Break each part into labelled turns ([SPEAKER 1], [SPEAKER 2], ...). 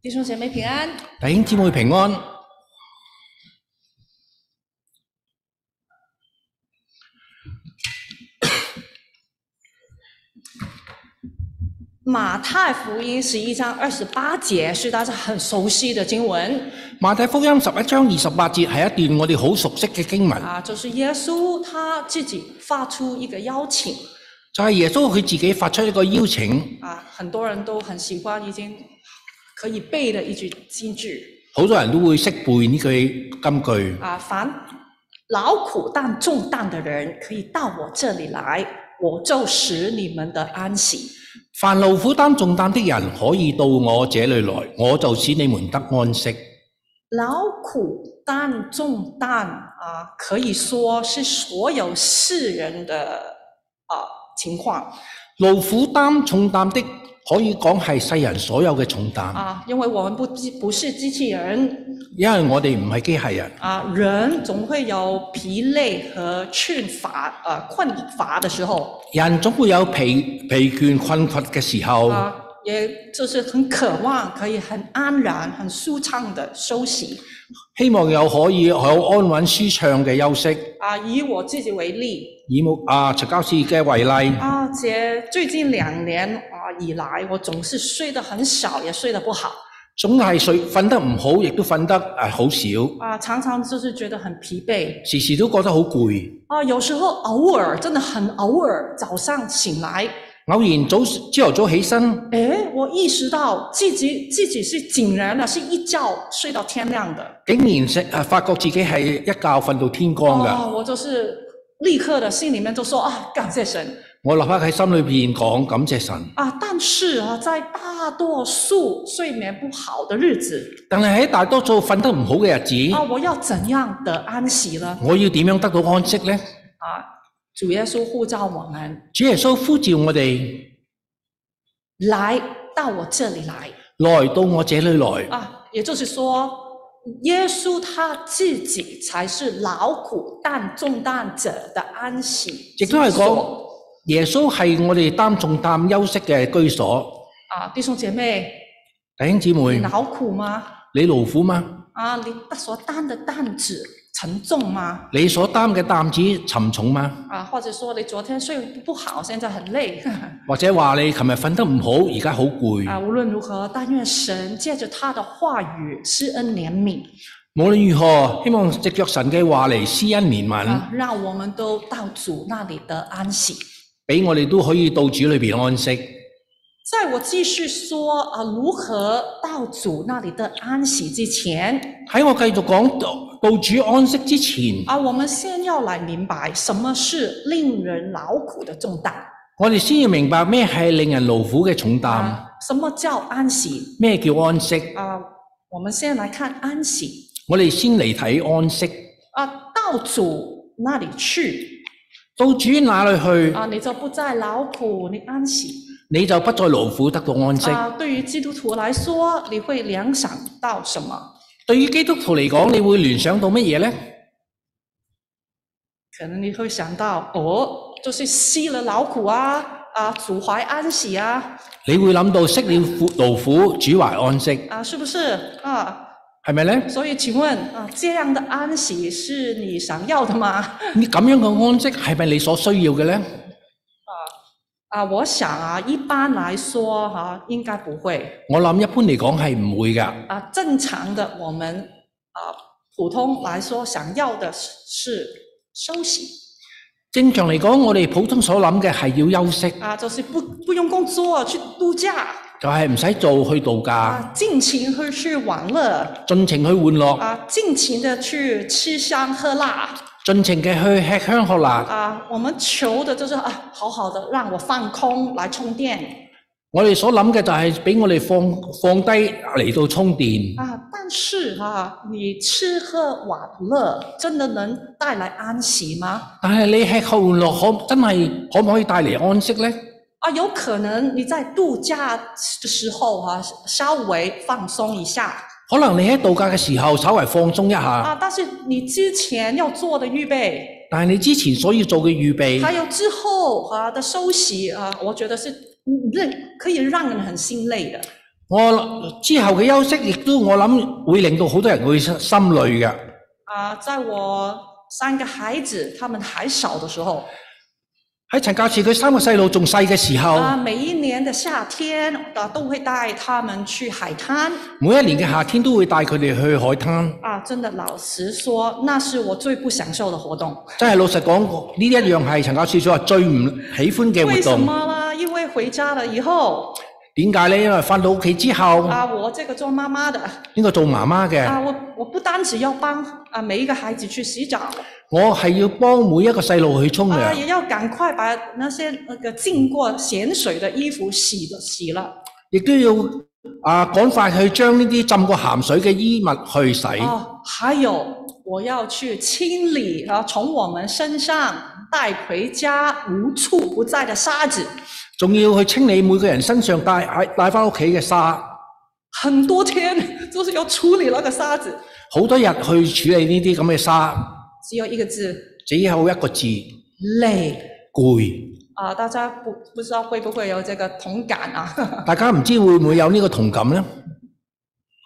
[SPEAKER 1] 弟兄姐妹平安，
[SPEAKER 2] 弟兄姊妹平安。
[SPEAKER 1] 马太福音十一章二十八节是大家很熟悉的经文
[SPEAKER 2] 馬太福音十一章二十八節係一段我哋好熟悉嘅經文，
[SPEAKER 1] 啊，就是耶稣他自己发出一个邀请
[SPEAKER 2] 就係、耶穌佢自己發出一個邀請，
[SPEAKER 1] 啊，很多人都很喜欢，已经可以背的一句金句
[SPEAKER 2] 好多人都會識背呢句金句。
[SPEAKER 1] 啊，凡劳苦担重担的人可以到我这里来，我就使你们的安息。
[SPEAKER 2] 凡勞苦擔重擔的人，可以到我這裏來，我就使你們得安息。
[SPEAKER 1] 劳苦担重担啊，可以说是所有世人的啊情况
[SPEAKER 2] 勞苦擔重擔的，可以講係世人所有嘅重擔，
[SPEAKER 1] 啊，因为我们不不是机器人
[SPEAKER 2] 因為我哋唔係機械人，
[SPEAKER 1] 啊，人总会有疲累和困乏呃困乏的时候
[SPEAKER 2] 人總會有疲疲倦困乏嘅時候，
[SPEAKER 1] 啊，也就是很渴望可以很安然、很舒畅的休息
[SPEAKER 2] 希望有可以好安穩舒暢嘅休息。
[SPEAKER 1] 啊。以我自己为例，
[SPEAKER 2] 以木啊陳教士嘅為例，
[SPEAKER 1] 啊，姐，最近两年啊以来，我总是睡得很少，也睡得不好
[SPEAKER 2] 總係睡瞓得唔好，亦都瞓得誒好少，
[SPEAKER 1] 啊，常常就是觉得很疲惫
[SPEAKER 2] 時時都覺得好攰。
[SPEAKER 1] 啊。有时候偶尔，真的很偶尔，早上醒来，
[SPEAKER 2] 偶然早朝頭早起身，
[SPEAKER 1] 诶，我意识到自己自己是竟然呢是一觉睡到天亮的
[SPEAKER 2] 竟然食誒發覺自己係一覺瞓到天光㗎。
[SPEAKER 1] 啊，我就是立刻的心里面就说啊，感谢神
[SPEAKER 2] 我立刻喺心裏邊講感謝神，
[SPEAKER 1] 啊。但是啊，在大多数睡眠不好的日子
[SPEAKER 2] 但係喺大多數瞓得唔好嘅日
[SPEAKER 1] 啊，
[SPEAKER 2] 子，
[SPEAKER 1] 我要怎样的安息呢？
[SPEAKER 2] 我要點樣得到安息呢？
[SPEAKER 1] 啊，主耶稣呼召我们
[SPEAKER 2] 主耶穌呼召我哋
[SPEAKER 1] 来到我这里来
[SPEAKER 2] 來到我這裏來，
[SPEAKER 1] 啊，也就是说，耶稣他自己才是劳苦担重担者的安息
[SPEAKER 2] 亦
[SPEAKER 1] 之
[SPEAKER 2] 都
[SPEAKER 1] 所。
[SPEAKER 2] 係講耶穌係我哋擔重擔休息嘅居所。
[SPEAKER 1] 啊，弟兄姐妹，
[SPEAKER 2] 弟兄姊
[SPEAKER 1] 你
[SPEAKER 2] 妹，
[SPEAKER 1] 劳苦吗？
[SPEAKER 2] 你勞苦嗎？
[SPEAKER 1] 啊，你所担的担子沉重吗？
[SPEAKER 2] 你所擔嘅擔子沉重嗎？
[SPEAKER 1] 啊，或者说你昨天睡不好，现在很累
[SPEAKER 2] 或者話你琴日瞓得唔好，而家好攰。
[SPEAKER 1] 啊。无论如何，但愿神借着他的话语施恩怜悯
[SPEAKER 2] 無論如何，希望藉着神嘅話嚟施恩憐憫，
[SPEAKER 1] 啊，让我们都到主那里得安息。
[SPEAKER 2] 俾我哋都可以到主裏邊安息。
[SPEAKER 1] 在我继续说啊如何到主那里的安息之前
[SPEAKER 2] 喺我繼續講到到主安息之前，
[SPEAKER 1] 啊，我们先要来明白什么是令人劳苦的重担
[SPEAKER 2] 我哋先要明白咩係令人勞苦嘅重擔，
[SPEAKER 1] 啊，什么叫安息
[SPEAKER 2] 咩叫安息。
[SPEAKER 1] 啊？我们先来看安息
[SPEAKER 2] 我哋先嚟睇安息，
[SPEAKER 1] 啊，到主那里去
[SPEAKER 2] 到主那裏去，
[SPEAKER 1] 啊，你就不再劳苦，你安息
[SPEAKER 2] 你就不再勞苦，得到安息。
[SPEAKER 1] 啊。对于基督徒来说，你会联想到什么？
[SPEAKER 2] 對於基督徒嚟講，你會聯想到乜嘢呢？
[SPEAKER 1] 可能你会想到哦，就是息了劳苦啊。啊，主怀安息啊，
[SPEAKER 2] 你會諗到息了苦勞苦，主懷安息。
[SPEAKER 1] 啊，是不是啊？
[SPEAKER 2] 係咪呢？
[SPEAKER 1] 所以请问啊，这样的安息是你想要的吗？
[SPEAKER 2] 你咁樣嘅安息係咪你所需要嘅呢？
[SPEAKER 1] 啊，我想啊，一般来说哈、啊，应该不会
[SPEAKER 2] 我諗一般嚟講係唔會㗎。
[SPEAKER 1] 啊。正常的我们啊，普通来说想要的是是休息
[SPEAKER 2] 正常嚟講，我哋普通所諗嘅係要休息，
[SPEAKER 1] 啊，就是不不用工作去度假
[SPEAKER 2] 就係唔使做去度假，
[SPEAKER 1] 啊，尽情去去玩乐
[SPEAKER 2] 盡情去玩樂，
[SPEAKER 1] 啊，尽情的去吃香喝辣
[SPEAKER 2] 盡情嘅去吃香喝辣。
[SPEAKER 1] 啊。我们求的就是啊，好好的让我放空来充电。
[SPEAKER 2] 我哋所諗嘅就係俾我哋放放低嚟到充電。
[SPEAKER 1] 啊，但是啊，你吃喝玩乐真的能带来安息吗？
[SPEAKER 2] 但係你吃喝玩樂可真係可唔可以帶嚟安息呢？
[SPEAKER 1] 啊，有可能你在度假的时候啊，稍微放松一下
[SPEAKER 2] 可能你喺度假嘅時候稍微放鬆一下，
[SPEAKER 1] 啊，但是你之前要做的预备，
[SPEAKER 2] 但係你之前所要做嘅預備
[SPEAKER 1] 还，有之嗯后啊的休息啊，我觉得是嗯，那可以让人很心累的
[SPEAKER 2] 我之後嘅休息亦都我諗會令到好多人會心心累嘅。
[SPEAKER 1] 啊、在我三个孩子他们还小的时候，
[SPEAKER 2] 喺陳教士佢三個細路仲細嘅時候，
[SPEAKER 1] 啊、每一年的夏天啊都会带他们去海滩
[SPEAKER 2] 每一年嘅夏天都會帶佢哋去海灘。
[SPEAKER 1] 啊、真的老实说，那是我最不享受的活动。
[SPEAKER 2] 真係老實講，呢一樣係陳教士所話最唔喜歡
[SPEAKER 1] 为
[SPEAKER 2] 嘅活
[SPEAKER 1] 什
[SPEAKER 2] 動。
[SPEAKER 1] 么呢？因为回家了以后
[SPEAKER 2] 點解呢？因為翻到屋企之後，
[SPEAKER 1] 啊、我这个做妈妈的
[SPEAKER 2] 呢個做媽媽嘅，
[SPEAKER 1] 啊，我我不单只要帮啊每一个孩子去洗澡，
[SPEAKER 2] 我係要幫每一個細路去沖
[SPEAKER 1] 啊
[SPEAKER 2] 涼，
[SPEAKER 1] 也要赶快把那些那个浸过咸水的衣服洗了洗了。
[SPEAKER 2] 亦都要啊趕快去將呢啲浸過鹹水嘅衣物去洗。
[SPEAKER 1] 哦，还有我要去清理啊，从我们身上带回家无处不在的沙子，
[SPEAKER 2] 仲要去清理每個人身上帶喺帶翻屋企嘅沙，
[SPEAKER 1] 很多天 就是要处理那个沙子，
[SPEAKER 2] 好多日去處理呢啲咁嘅沙，
[SPEAKER 1] 只有一个字
[SPEAKER 2] 只有一個字
[SPEAKER 1] 累
[SPEAKER 2] 攰。
[SPEAKER 1] 啊！大家不不知道会不会有这个同感啊？
[SPEAKER 2] 大家唔知會唔會有呢個同感呢？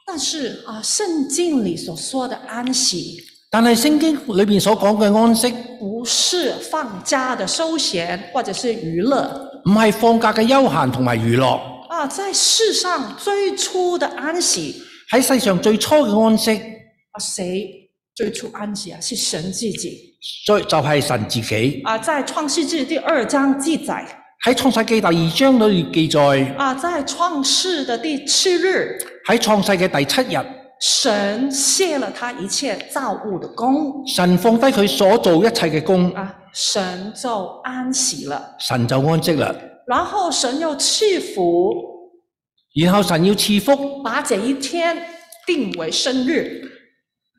[SPEAKER 1] 但是啊，圣经里所说的安息
[SPEAKER 2] 但係聖經裏面所講嘅安息，
[SPEAKER 1] 不是放假的休闲或者是娱乐
[SPEAKER 2] 唔係放假嘅休閒同埋娛樂，
[SPEAKER 1] 啊，在世上最初的安息
[SPEAKER 2] 喺世上最初嘅安息，
[SPEAKER 1] 啊，谁最初安息啊？是神自己
[SPEAKER 2] 最就係神自己。
[SPEAKER 1] 啊，在创世纪第二章记载
[SPEAKER 2] 喺創世記第二章裏面記載，
[SPEAKER 1] 啊，在创世的第七日，
[SPEAKER 2] 喺創世嘅第七日，
[SPEAKER 1] 神卸了他一切造物的功
[SPEAKER 2] 神放低佢所做一切嘅工，
[SPEAKER 1] 啊，神就安息了。
[SPEAKER 2] 神就安息啦。
[SPEAKER 1] 然后神又赐福，
[SPEAKER 2] 然後神要賜福。
[SPEAKER 1] 把这一天定为生日。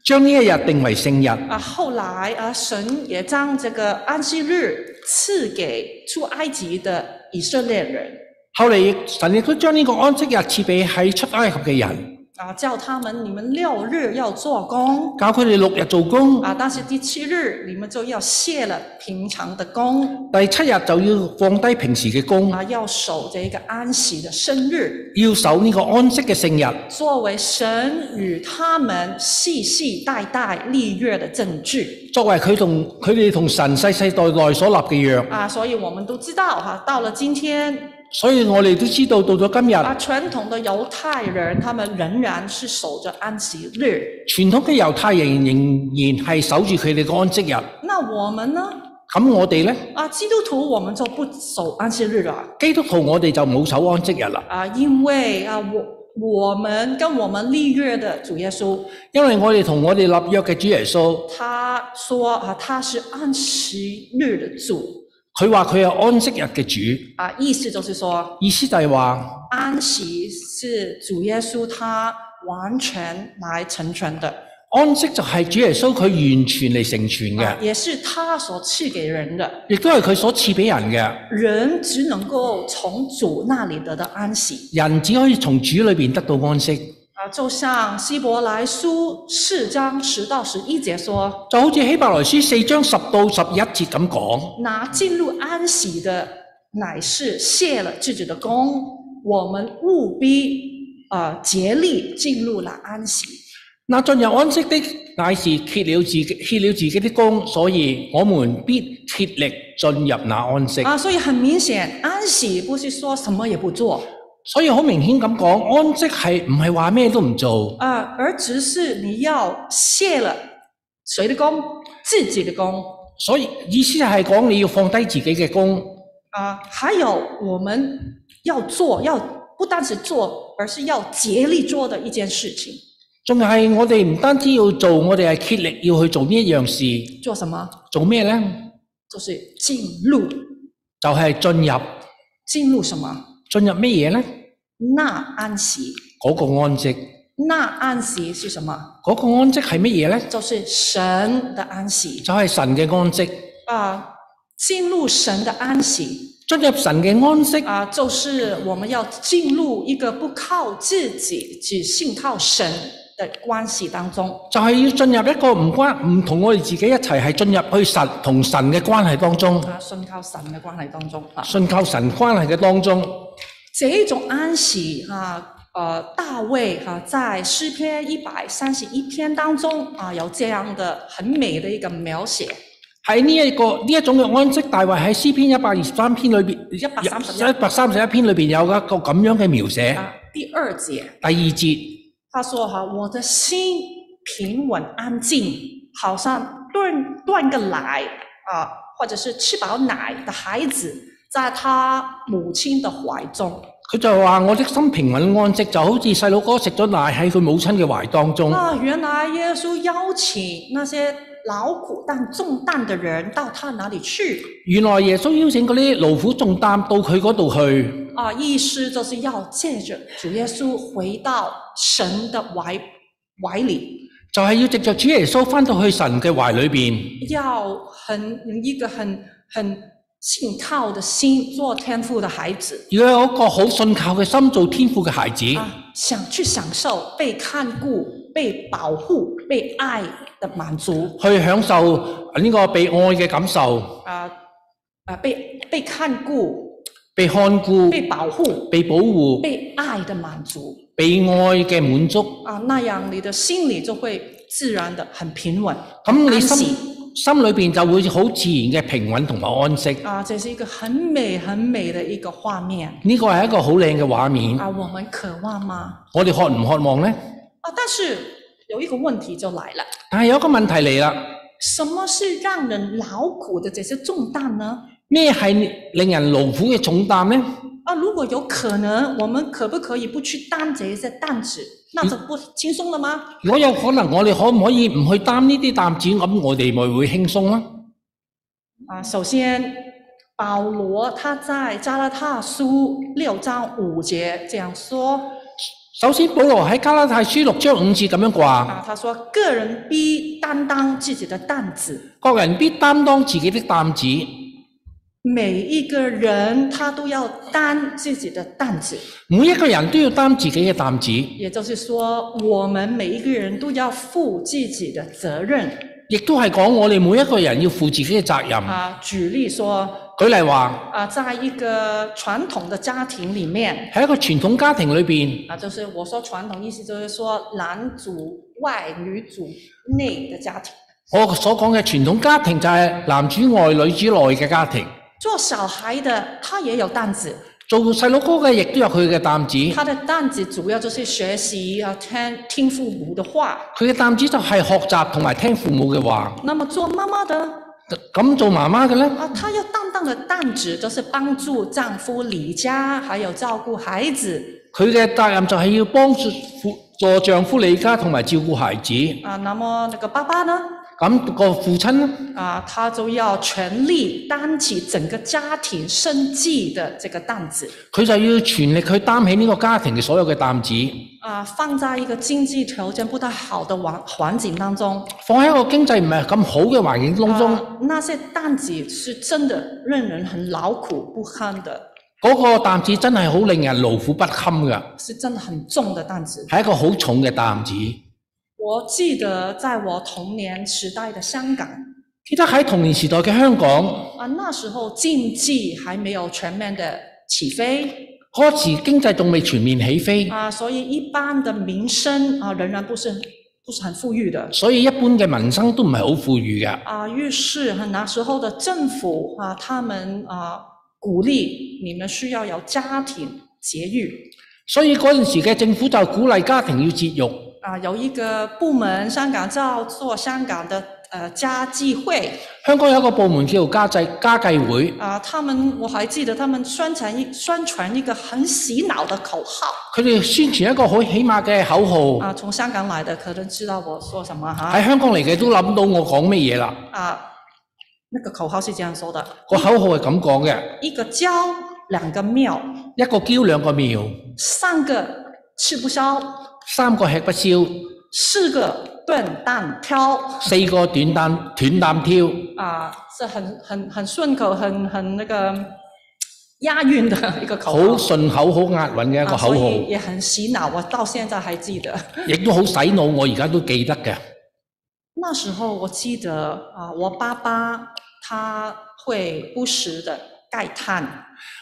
[SPEAKER 2] 將呢一日定為聖日。
[SPEAKER 1] 啊，后来啊，神也将这个安息日赐给出埃及的以色列人
[SPEAKER 2] 後嚟神亦都將呢個安息日賜俾喺出埃及嘅人，
[SPEAKER 1] 啊，叫他们你们六日要做工
[SPEAKER 2] 教佢哋六日做工，
[SPEAKER 1] 啊，但是第七日你们就要卸了平常的工
[SPEAKER 2] 第七日就要放低平時嘅工，
[SPEAKER 1] 啊，要守这一个安息的生日，
[SPEAKER 2] 要守呢個安息嘅聖日，
[SPEAKER 1] 作为神与他们世世代代立约的证据
[SPEAKER 2] 作為佢同佢哋同神世世代代所立嘅約。
[SPEAKER 1] 啊，所以我们都知道哈、到了今天
[SPEAKER 2] 所以我哋都知道，到咗今
[SPEAKER 1] 啊，传统的犹太人他们仍然是守着安息日。
[SPEAKER 2] 日，傳統嘅猶太人仍然係守住佢哋嘅安息日。
[SPEAKER 1] 那我们呢？
[SPEAKER 2] 咁我哋呢，
[SPEAKER 1] 啊，基督徒我们就不守安息日了
[SPEAKER 2] 基督徒我哋就冇守安息日啦，
[SPEAKER 1] 啊，因为啊，我我们跟我们立约的主耶稣，
[SPEAKER 2] 因為我哋同我哋立約嘅主耶穌，
[SPEAKER 1] 他说啊，他是安息日的主
[SPEAKER 2] 佢話佢係安息日嘅主，
[SPEAKER 1] 啊，意思就是说，
[SPEAKER 2] 意思就係話。
[SPEAKER 1] 安息是主耶稣他完全来成全的，
[SPEAKER 2] 安息就係主耶穌佢完全嚟成全
[SPEAKER 1] 啊
[SPEAKER 2] 嘅，
[SPEAKER 1] 也是他所赐给人的。
[SPEAKER 2] 亦都係佢所賜俾人嘅。
[SPEAKER 1] 人只能够从主那里得到安息
[SPEAKER 2] 人只可以從主裏面得到安息，
[SPEAKER 1] 啊，就像希伯来书四章十到十一节说。
[SPEAKER 2] 就好似希伯來書四章十到十一節咁講，
[SPEAKER 1] 拿进入安息的乃是卸了自己的功，我们务必呃竭力进入了安息。
[SPEAKER 2] 那進入安息的乃是歇了自己歇了自己的工，所以我們必竭力進入那安息。
[SPEAKER 1] 啊，所以很明显，安息不是说什么也不做
[SPEAKER 2] 所以好明顯咁講，安息係唔係話咩都唔做，
[SPEAKER 1] 啊、而只是你要卸了谁的功，自己的功
[SPEAKER 2] 所以意思係講你要放低自己嘅工，
[SPEAKER 1] 啊、还有我们要做，要不单是做，而是要竭力做的一件事情，
[SPEAKER 2] 仲係我哋唔單止要做，我哋係竭力要去做呢一樣事，
[SPEAKER 1] 做什么？
[SPEAKER 2] 做咩呢？
[SPEAKER 1] 就是进入，
[SPEAKER 2] 就係進入
[SPEAKER 1] 进入什么？
[SPEAKER 2] 進入咩嘢呢？
[SPEAKER 1] 那安息。
[SPEAKER 2] 嗰、個安息，
[SPEAKER 1] 那安息是什么？
[SPEAKER 2] 嗰、個安息係乜嘢呢？
[SPEAKER 1] 就是神的安息
[SPEAKER 2] 就係神嘅安息，
[SPEAKER 1] 啊！进入神的安息
[SPEAKER 2] 進入神嘅安息
[SPEAKER 1] 啊，就是我们要进入一个不靠自己，只信靠神的关系当中
[SPEAKER 2] 就係要進入一個唔關唔同我哋自己一齊，係進入去神同神嘅關係當中，
[SPEAKER 1] 啊，信靠神的关系当中啊，
[SPEAKER 2] 信靠神關係嘅當中。
[SPEAKER 1] 这一种安息啊，呃，大卫哈、在诗篇一百三十一篇当中啊、有这样的很美的一个描写。
[SPEAKER 2] 喺呢一個呢一種嘅安息，大衛喺詩篇一百二十三篇裏邊，
[SPEAKER 1] 131
[SPEAKER 2] 一百三十一篇裏邊有一個咁樣嘅描寫。
[SPEAKER 1] 啊，第二节
[SPEAKER 2] 第二節，
[SPEAKER 1] 他说哈、我的心平稳安静，好像断断个奶啊、或者是吃饱奶的孩子，在他母亲的怀中。
[SPEAKER 2] 佢就話：我的心平穩安息，就好似細佬哥食咗奶喺佢母親嘅懷當中。
[SPEAKER 1] 那原来耶穌邀请那些劳苦但重担的人到他那里去
[SPEAKER 2] 原來耶穌邀請嗰啲勞苦重擔到佢嗰度去，
[SPEAKER 1] 啊，意思就是要借着主耶穌回到神的怀怀里，
[SPEAKER 2] 就係、要藉着主耶穌翻到去神嘅懷裏邊，
[SPEAKER 1] 要很一个很很信靠的心做天父的孩子
[SPEAKER 2] 要有一個好信靠嘅心做天父嘅孩子，
[SPEAKER 1] 啊，想去享受被看顾、被保护、被爱的满足
[SPEAKER 2] 去享受呢個被愛嘅感受，
[SPEAKER 1] 啊啊，被被看顾、
[SPEAKER 2] 被看顧、
[SPEAKER 1] 被保护、
[SPEAKER 2] 被保護、
[SPEAKER 1] 被愛的满足。
[SPEAKER 2] 被愛嘅滿足。
[SPEAKER 1] 啊，那样你的心里就会自然的很平稳
[SPEAKER 2] 咁你
[SPEAKER 1] 安
[SPEAKER 2] 心心裏邊就會好自然嘅平穩同埋安息。
[SPEAKER 1] 啊，这是一个很美很美的一个画面
[SPEAKER 2] 呢個係一個好靚嘅畫面，
[SPEAKER 1] 啊，我们渴望吗？
[SPEAKER 2] 我哋渴唔渴望呢？
[SPEAKER 1] 啊，但是有一个問題就來了，
[SPEAKER 2] 但係有一個問題嚟啦，
[SPEAKER 1] 什麼是讓人勞苦的这些重擔呢？
[SPEAKER 2] 咩係令人勞苦嘅重擔呢？
[SPEAKER 1] 啊，如果有可能，我们可不可以不去擔这些擔子？那这不轻松了吗？
[SPEAKER 2] 如果有可能，我哋可唔可以唔去擔呢啲擔子？咁我哋咪會輕鬆啦。
[SPEAKER 1] 啊，首先，保羅他在加拉太書六章五节这樣說。
[SPEAKER 2] 首先，保羅喺加拉太書六章五節咁樣話：
[SPEAKER 1] 啊，他说个人必担当自己的担子，
[SPEAKER 2] 各人必擔當自己的擔子，
[SPEAKER 1] 每一个人他都要担自己的担子，
[SPEAKER 2] 每一個人都要擔自己嘅擔子，
[SPEAKER 1] 也就是说，我们每一个人都要负自己的责任。
[SPEAKER 2] 亦都係講我哋每一個人要負自己嘅責任。
[SPEAKER 1] 啊，举例说，
[SPEAKER 2] 舉例話，
[SPEAKER 1] 啊，在一个传统的家庭里面，
[SPEAKER 2] 喺一個傳統家庭裏邊。
[SPEAKER 1] 啊，就是我说传统意思就是说男主外女主内的家庭，
[SPEAKER 2] 我所講嘅傳統家庭就係男主外女主內嘅家庭，
[SPEAKER 1] 做小孩的他也有担子，
[SPEAKER 2] 做細佬哥嘅亦都有佢嘅擔子，
[SPEAKER 1] 他的担子主要就是学习啊，听听父母的话。
[SPEAKER 2] 佢嘅擔子就係學習同埋聽父母嘅話。
[SPEAKER 1] 那么做妈妈的
[SPEAKER 2] 咁做媽媽嘅呢，
[SPEAKER 1] 啊，她要担当的担子就是帮助丈夫离家，还有照顾孩子
[SPEAKER 2] 佢嘅責任就係要幫助父助丈夫理家同埋照顧孩子。咁、
[SPEAKER 1] 啊。那么那个爸爸呢
[SPEAKER 2] 個父親呢，
[SPEAKER 1] 啊，他就要全力担起整个家庭生计的这个担子
[SPEAKER 2] 佢就要全力去擔起呢個家庭嘅所有嘅擔子。
[SPEAKER 1] 啊。放在一个经济条件不太好的环环境当中，
[SPEAKER 2] 放喺一個經濟唔係咁好嘅環境當中，
[SPEAKER 1] 啊、那些担子是真的让人很劳苦不堪的，
[SPEAKER 2] 嗰、個擔子真係好令人勞苦不堪嘅，
[SPEAKER 1] 是真的很重的担子。
[SPEAKER 2] 係一個好重嘅擔子。
[SPEAKER 1] 我记得在我童年时代的香港。
[SPEAKER 2] 記得喺童年時代嘅香港，
[SPEAKER 1] 啊，那时候经济还没有全面的起飞
[SPEAKER 2] 嗰時經濟仲未全面起飛，
[SPEAKER 1] 啊，所以一般的民生啊仍然不是不是很富裕的
[SPEAKER 2] 所以一般嘅民生都唔係好富裕嘅。
[SPEAKER 1] 啊。于是啊那时候的政府啊，他们啊鼓励你们需要有家庭节育
[SPEAKER 2] 所以嗰陣時嘅政府就鼓勵家庭要節育，
[SPEAKER 1] 啊，有一个部门香港叫做香港的呃家计会
[SPEAKER 2] 香港有一個部門叫做家計家計會，
[SPEAKER 1] 啊，他们我还记得他们宣传一宣传一个很洗脑的口号。
[SPEAKER 2] 佢哋宣傳一個好起碼嘅口號。
[SPEAKER 1] 啊，从香港来的可能知道我说什么哈。
[SPEAKER 2] 喺香港嚟嘅都諗到我講乜嘢啦。
[SPEAKER 1] 啊，那个口號是這樣說的：
[SPEAKER 2] 個口號係咁講嘅：
[SPEAKER 1] 一個教，兩個妙，
[SPEAKER 2] 一個嬌兩個妙，
[SPEAKER 1] 三個吃不消，
[SPEAKER 2] 三個吃不消，
[SPEAKER 1] 四個斷蛋挑。
[SPEAKER 2] 四個短擔斷擔挑，
[SPEAKER 1] 啊，是很很很順口，很很那個押韻的一個口
[SPEAKER 2] 好
[SPEAKER 1] 號。
[SPEAKER 2] 順口好押韻嘅一個
[SPEAKER 1] 啊，
[SPEAKER 2] 口
[SPEAKER 1] 所
[SPEAKER 2] 號，
[SPEAKER 1] 以也很洗腦，我到現在還記得。
[SPEAKER 2] 亦都好洗腦，我而家都記得嘅。
[SPEAKER 1] 那時候我記得啊，我爸爸他會不時的慨叹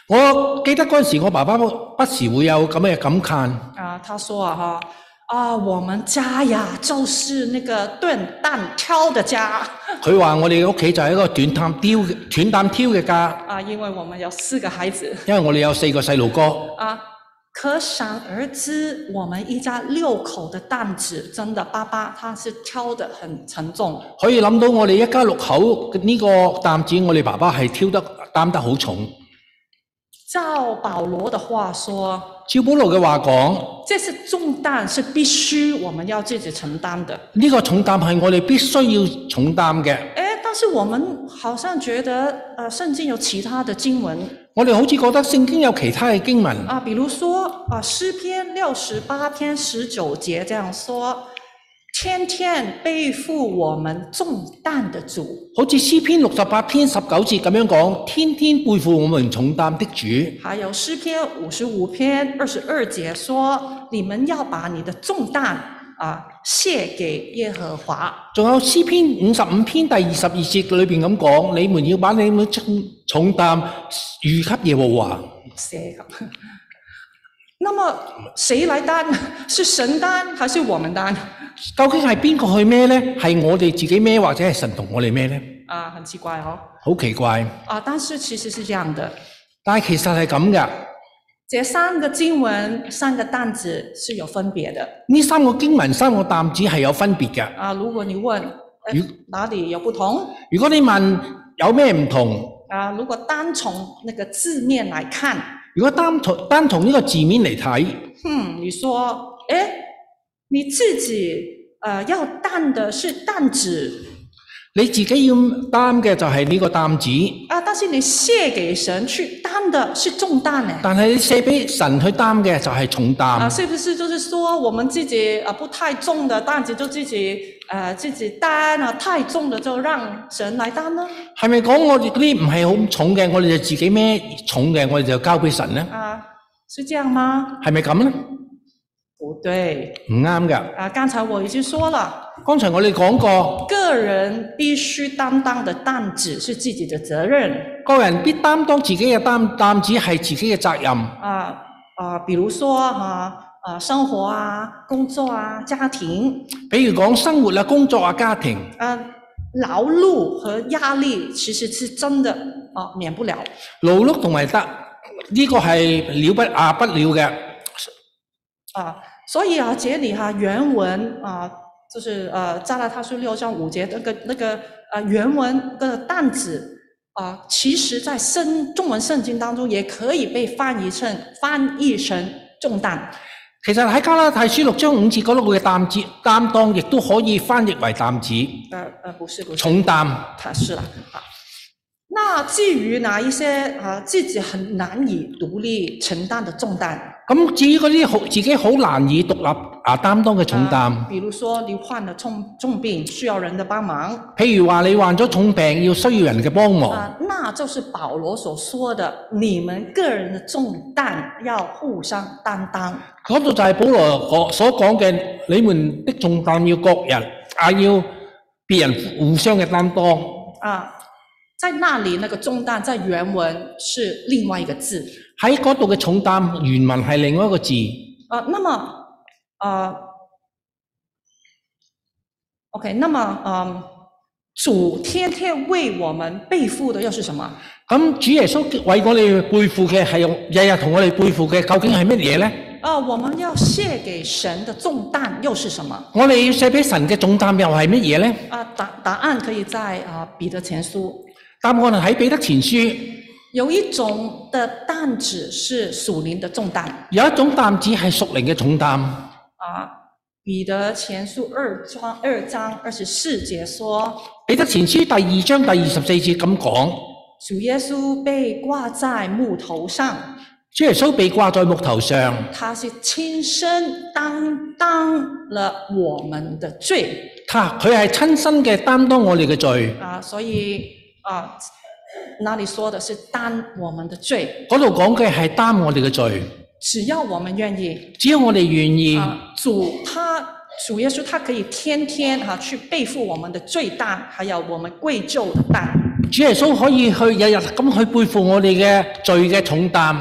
[SPEAKER 2] 我記得嗰陣時，我爸爸不時會有咁嘅感嘆。
[SPEAKER 1] 啊，他说啊哈啊，我们家呀就是那个炖蛋挑的家
[SPEAKER 2] 佢話：我哋屋企就係一個短擔挑嘅短擔挑嘅家，
[SPEAKER 1] 啊，因为我们有四个孩子
[SPEAKER 2] 因為我哋有四個細路哥。
[SPEAKER 1] 啊。可想而知，我们一家六口的担子，真的爸爸他是挑得很沉重。
[SPEAKER 2] 可以諗到我哋一家六口呢個擔子，我哋爸爸係挑得擔得好重。
[SPEAKER 1] 照保罗的话说，
[SPEAKER 2] 照保羅嘅話講，
[SPEAKER 1] 这是重担，是必须我们要自己承担的。
[SPEAKER 2] 呢、個重擔係我哋必須要重擔嘅。
[SPEAKER 1] 哎，但是我们好像觉得，呃，圣经有其他的经文
[SPEAKER 2] 我哋好似覺得聖經有其他嘅經文，
[SPEAKER 1] 啊，比如说啊，诗篇六十八篇十九节这样说：“天天背负我们重担的主。
[SPEAKER 2] 好似詩篇六十八篇十九節咁樣講，天天背負我們重擔的主。”
[SPEAKER 1] 还有诗篇五十五篇二十二节说：“你们要把你的重担啊卸给耶和华。
[SPEAKER 2] 仲有詩篇五十五篇第二十二節裏面咁講，你們要把你們重重擔預給耶和華。”
[SPEAKER 1] 卸。那么谁来担？是神担还是我们担？
[SPEAKER 2] 究竟係邊個去孭呢？係我哋自己孭，或者係神同我哋孭呢？
[SPEAKER 1] 啊，很奇怪哦。
[SPEAKER 2] 好奇怪，
[SPEAKER 1] 啊，但是其实是这样的，
[SPEAKER 2] 但係其實係咁㗎。
[SPEAKER 1] 这三个经文、三个担子是有分别的
[SPEAKER 2] 呢三個經文、三個擔子係有分別㗎。
[SPEAKER 1] 啊。如果你问，呃
[SPEAKER 2] 如
[SPEAKER 1] 哪里有不同
[SPEAKER 2] 如果你問有咩唔同，
[SPEAKER 1] 啊？如果单从那个字面来看，
[SPEAKER 2] 如果單從單從呢個字面嚟睇，
[SPEAKER 1] 哼，嗯你说，哎，你自己呃要担的是担子
[SPEAKER 2] 你自己要擔嘅就係呢個擔子，
[SPEAKER 1] 啊，但是你卸给神去担的是重担呢。
[SPEAKER 2] 但係你卸俾神去擔嘅就係重擔。
[SPEAKER 1] 啊，是不是就是说我们自己啊不太重的担子就自己呃自己担啊，太重的就让神来担呢？
[SPEAKER 2] 系咪講我哋嗰啲唔係好重嘅，我哋就自己孭重嘅，我哋就交俾神呢？
[SPEAKER 1] 啊，是这样吗？
[SPEAKER 2] 係咪咁呢？
[SPEAKER 1] 不对
[SPEAKER 2] 唔啱㗎。
[SPEAKER 1] 啊！刚才我已经说了，
[SPEAKER 2] 剛才我哋講過，
[SPEAKER 1] 个人必须担当的担子是自己的责任
[SPEAKER 2] 個人必擔當自己嘅擔擔子係自己嘅責任。
[SPEAKER 1] 啊啊，比如说啊啊，生活啊、工作啊、家庭
[SPEAKER 2] 比如講生活啊、工作啊、家庭，
[SPEAKER 1] 啊，劳碌和压力其实是真的啊，免不了。
[SPEAKER 2] 勞碌同埋得呢、個係了不啊不了嘅。
[SPEAKER 1] 啊，所以啊，这里哈、原文啊，就是呃，加拉太书六章五节那个那个呃原文的担子啊，其实在圣中文圣经当中也可以被翻译成翻译成重担
[SPEAKER 2] 其實喺加拉太書六章五節嗰度嘅擔子擔當，亦都可以翻譯為擔子、
[SPEAKER 1] 呃呃，不是不是，
[SPEAKER 2] 重擔。
[SPEAKER 1] 它是了啊。那至于哪一些啊自己很难以独立承担的重担，
[SPEAKER 2] 咁至於嗰啲好自己好難以獨立啊擔當嘅重擔。
[SPEAKER 1] 啊比如说你患了重重病，需要人的帮忙，
[SPEAKER 2] 譬如話你患咗重病，要需要人嘅幫忙，
[SPEAKER 1] 啊，那就是保罗所说的，你们个人的重担要互相担当
[SPEAKER 2] 嗰度就係保羅所講嘅，你們的重擔要各人啊，要別人互相嘅擔當。
[SPEAKER 1] 啊。在那里，那个重担在原文是另外一个字
[SPEAKER 2] 喺嗰度嘅重擔原文係另外一個字，
[SPEAKER 1] 啊。那么，啊，OK，那么，嗯，主天天为我们背负的又是什么？
[SPEAKER 2] 咁主耶穌為我哋背負嘅係用日日同我哋背負嘅，究竟係乜嘢呢？
[SPEAKER 1] 啊，我们要卸给神的重担又是什么？
[SPEAKER 2] 我哋要寫俾神嘅重擔又係乜嘢呢？
[SPEAKER 1] 啊，答答案可以在啊彼得前书
[SPEAKER 2] 答案係喺彼得前書
[SPEAKER 1] 有一种的担子是属灵的重担
[SPEAKER 2] 有一種擔子係屬靈嘅重擔。
[SPEAKER 1] 啊。彼得前书二章二章二十四节说，
[SPEAKER 2] 彼得前書第二章第二十四節咁講。
[SPEAKER 1] 主耶稣被挂在木头上，
[SPEAKER 2] 主耶穌被掛在木頭上，
[SPEAKER 1] 他是亲身担当了我们的罪
[SPEAKER 2] 他佢係親身嘅擔當我哋嘅罪。
[SPEAKER 1] 啊，所以啊，那里说的是担我们的罪，
[SPEAKER 2] 嗰度講嘅係擔我哋嘅罪，
[SPEAKER 1] 只要我们愿意
[SPEAKER 2] 只要我哋願意，
[SPEAKER 1] 啊，主他。主耶稣他可以天天哈、啊、去背负我们的罪担，还有我们贵疚的担。
[SPEAKER 2] 主耶穌可以去日日咁去背負我哋嘅罪嘅重擔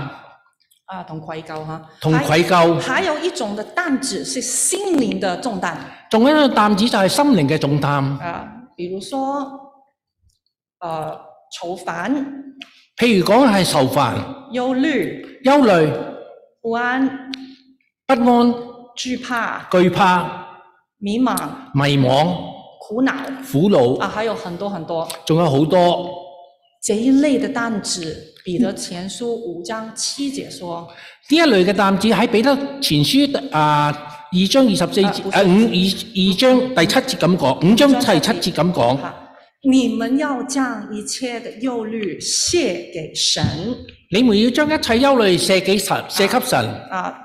[SPEAKER 1] 啊，同愧疚哈，
[SPEAKER 2] 同
[SPEAKER 1] 还
[SPEAKER 2] 愧疚，
[SPEAKER 1] 还有一种的担子是心灵的重担
[SPEAKER 2] 仲有一個擔子就係心靈嘅重擔。
[SPEAKER 1] 啊，比如说，呃，愁烦、
[SPEAKER 2] 譬如講係愁煩、
[SPEAKER 1] 忧虑、
[SPEAKER 2] 憂慮、
[SPEAKER 1] 不安、
[SPEAKER 2] 不安、
[SPEAKER 1] 惧怕、
[SPEAKER 2] 懼怕、
[SPEAKER 1] 迷茫、
[SPEAKER 2] 迷惘、
[SPEAKER 1] 苦恼
[SPEAKER 2] 苦惱，
[SPEAKER 1] 啊，还有很多很多
[SPEAKER 2] 仲有好多
[SPEAKER 1] 这一类的担子。彼得前书五章七节说
[SPEAKER 2] 呢一類嘅擔子喺彼得前書啊二章二十四節
[SPEAKER 1] 啊
[SPEAKER 2] 啊五二二章第七節咁講，五章第七節咁：“講。
[SPEAKER 1] 啊，你们要将一切的忧虑卸给神
[SPEAKER 2] 你们要將一切憂慮卸給神，卸給神。
[SPEAKER 1] 啊。”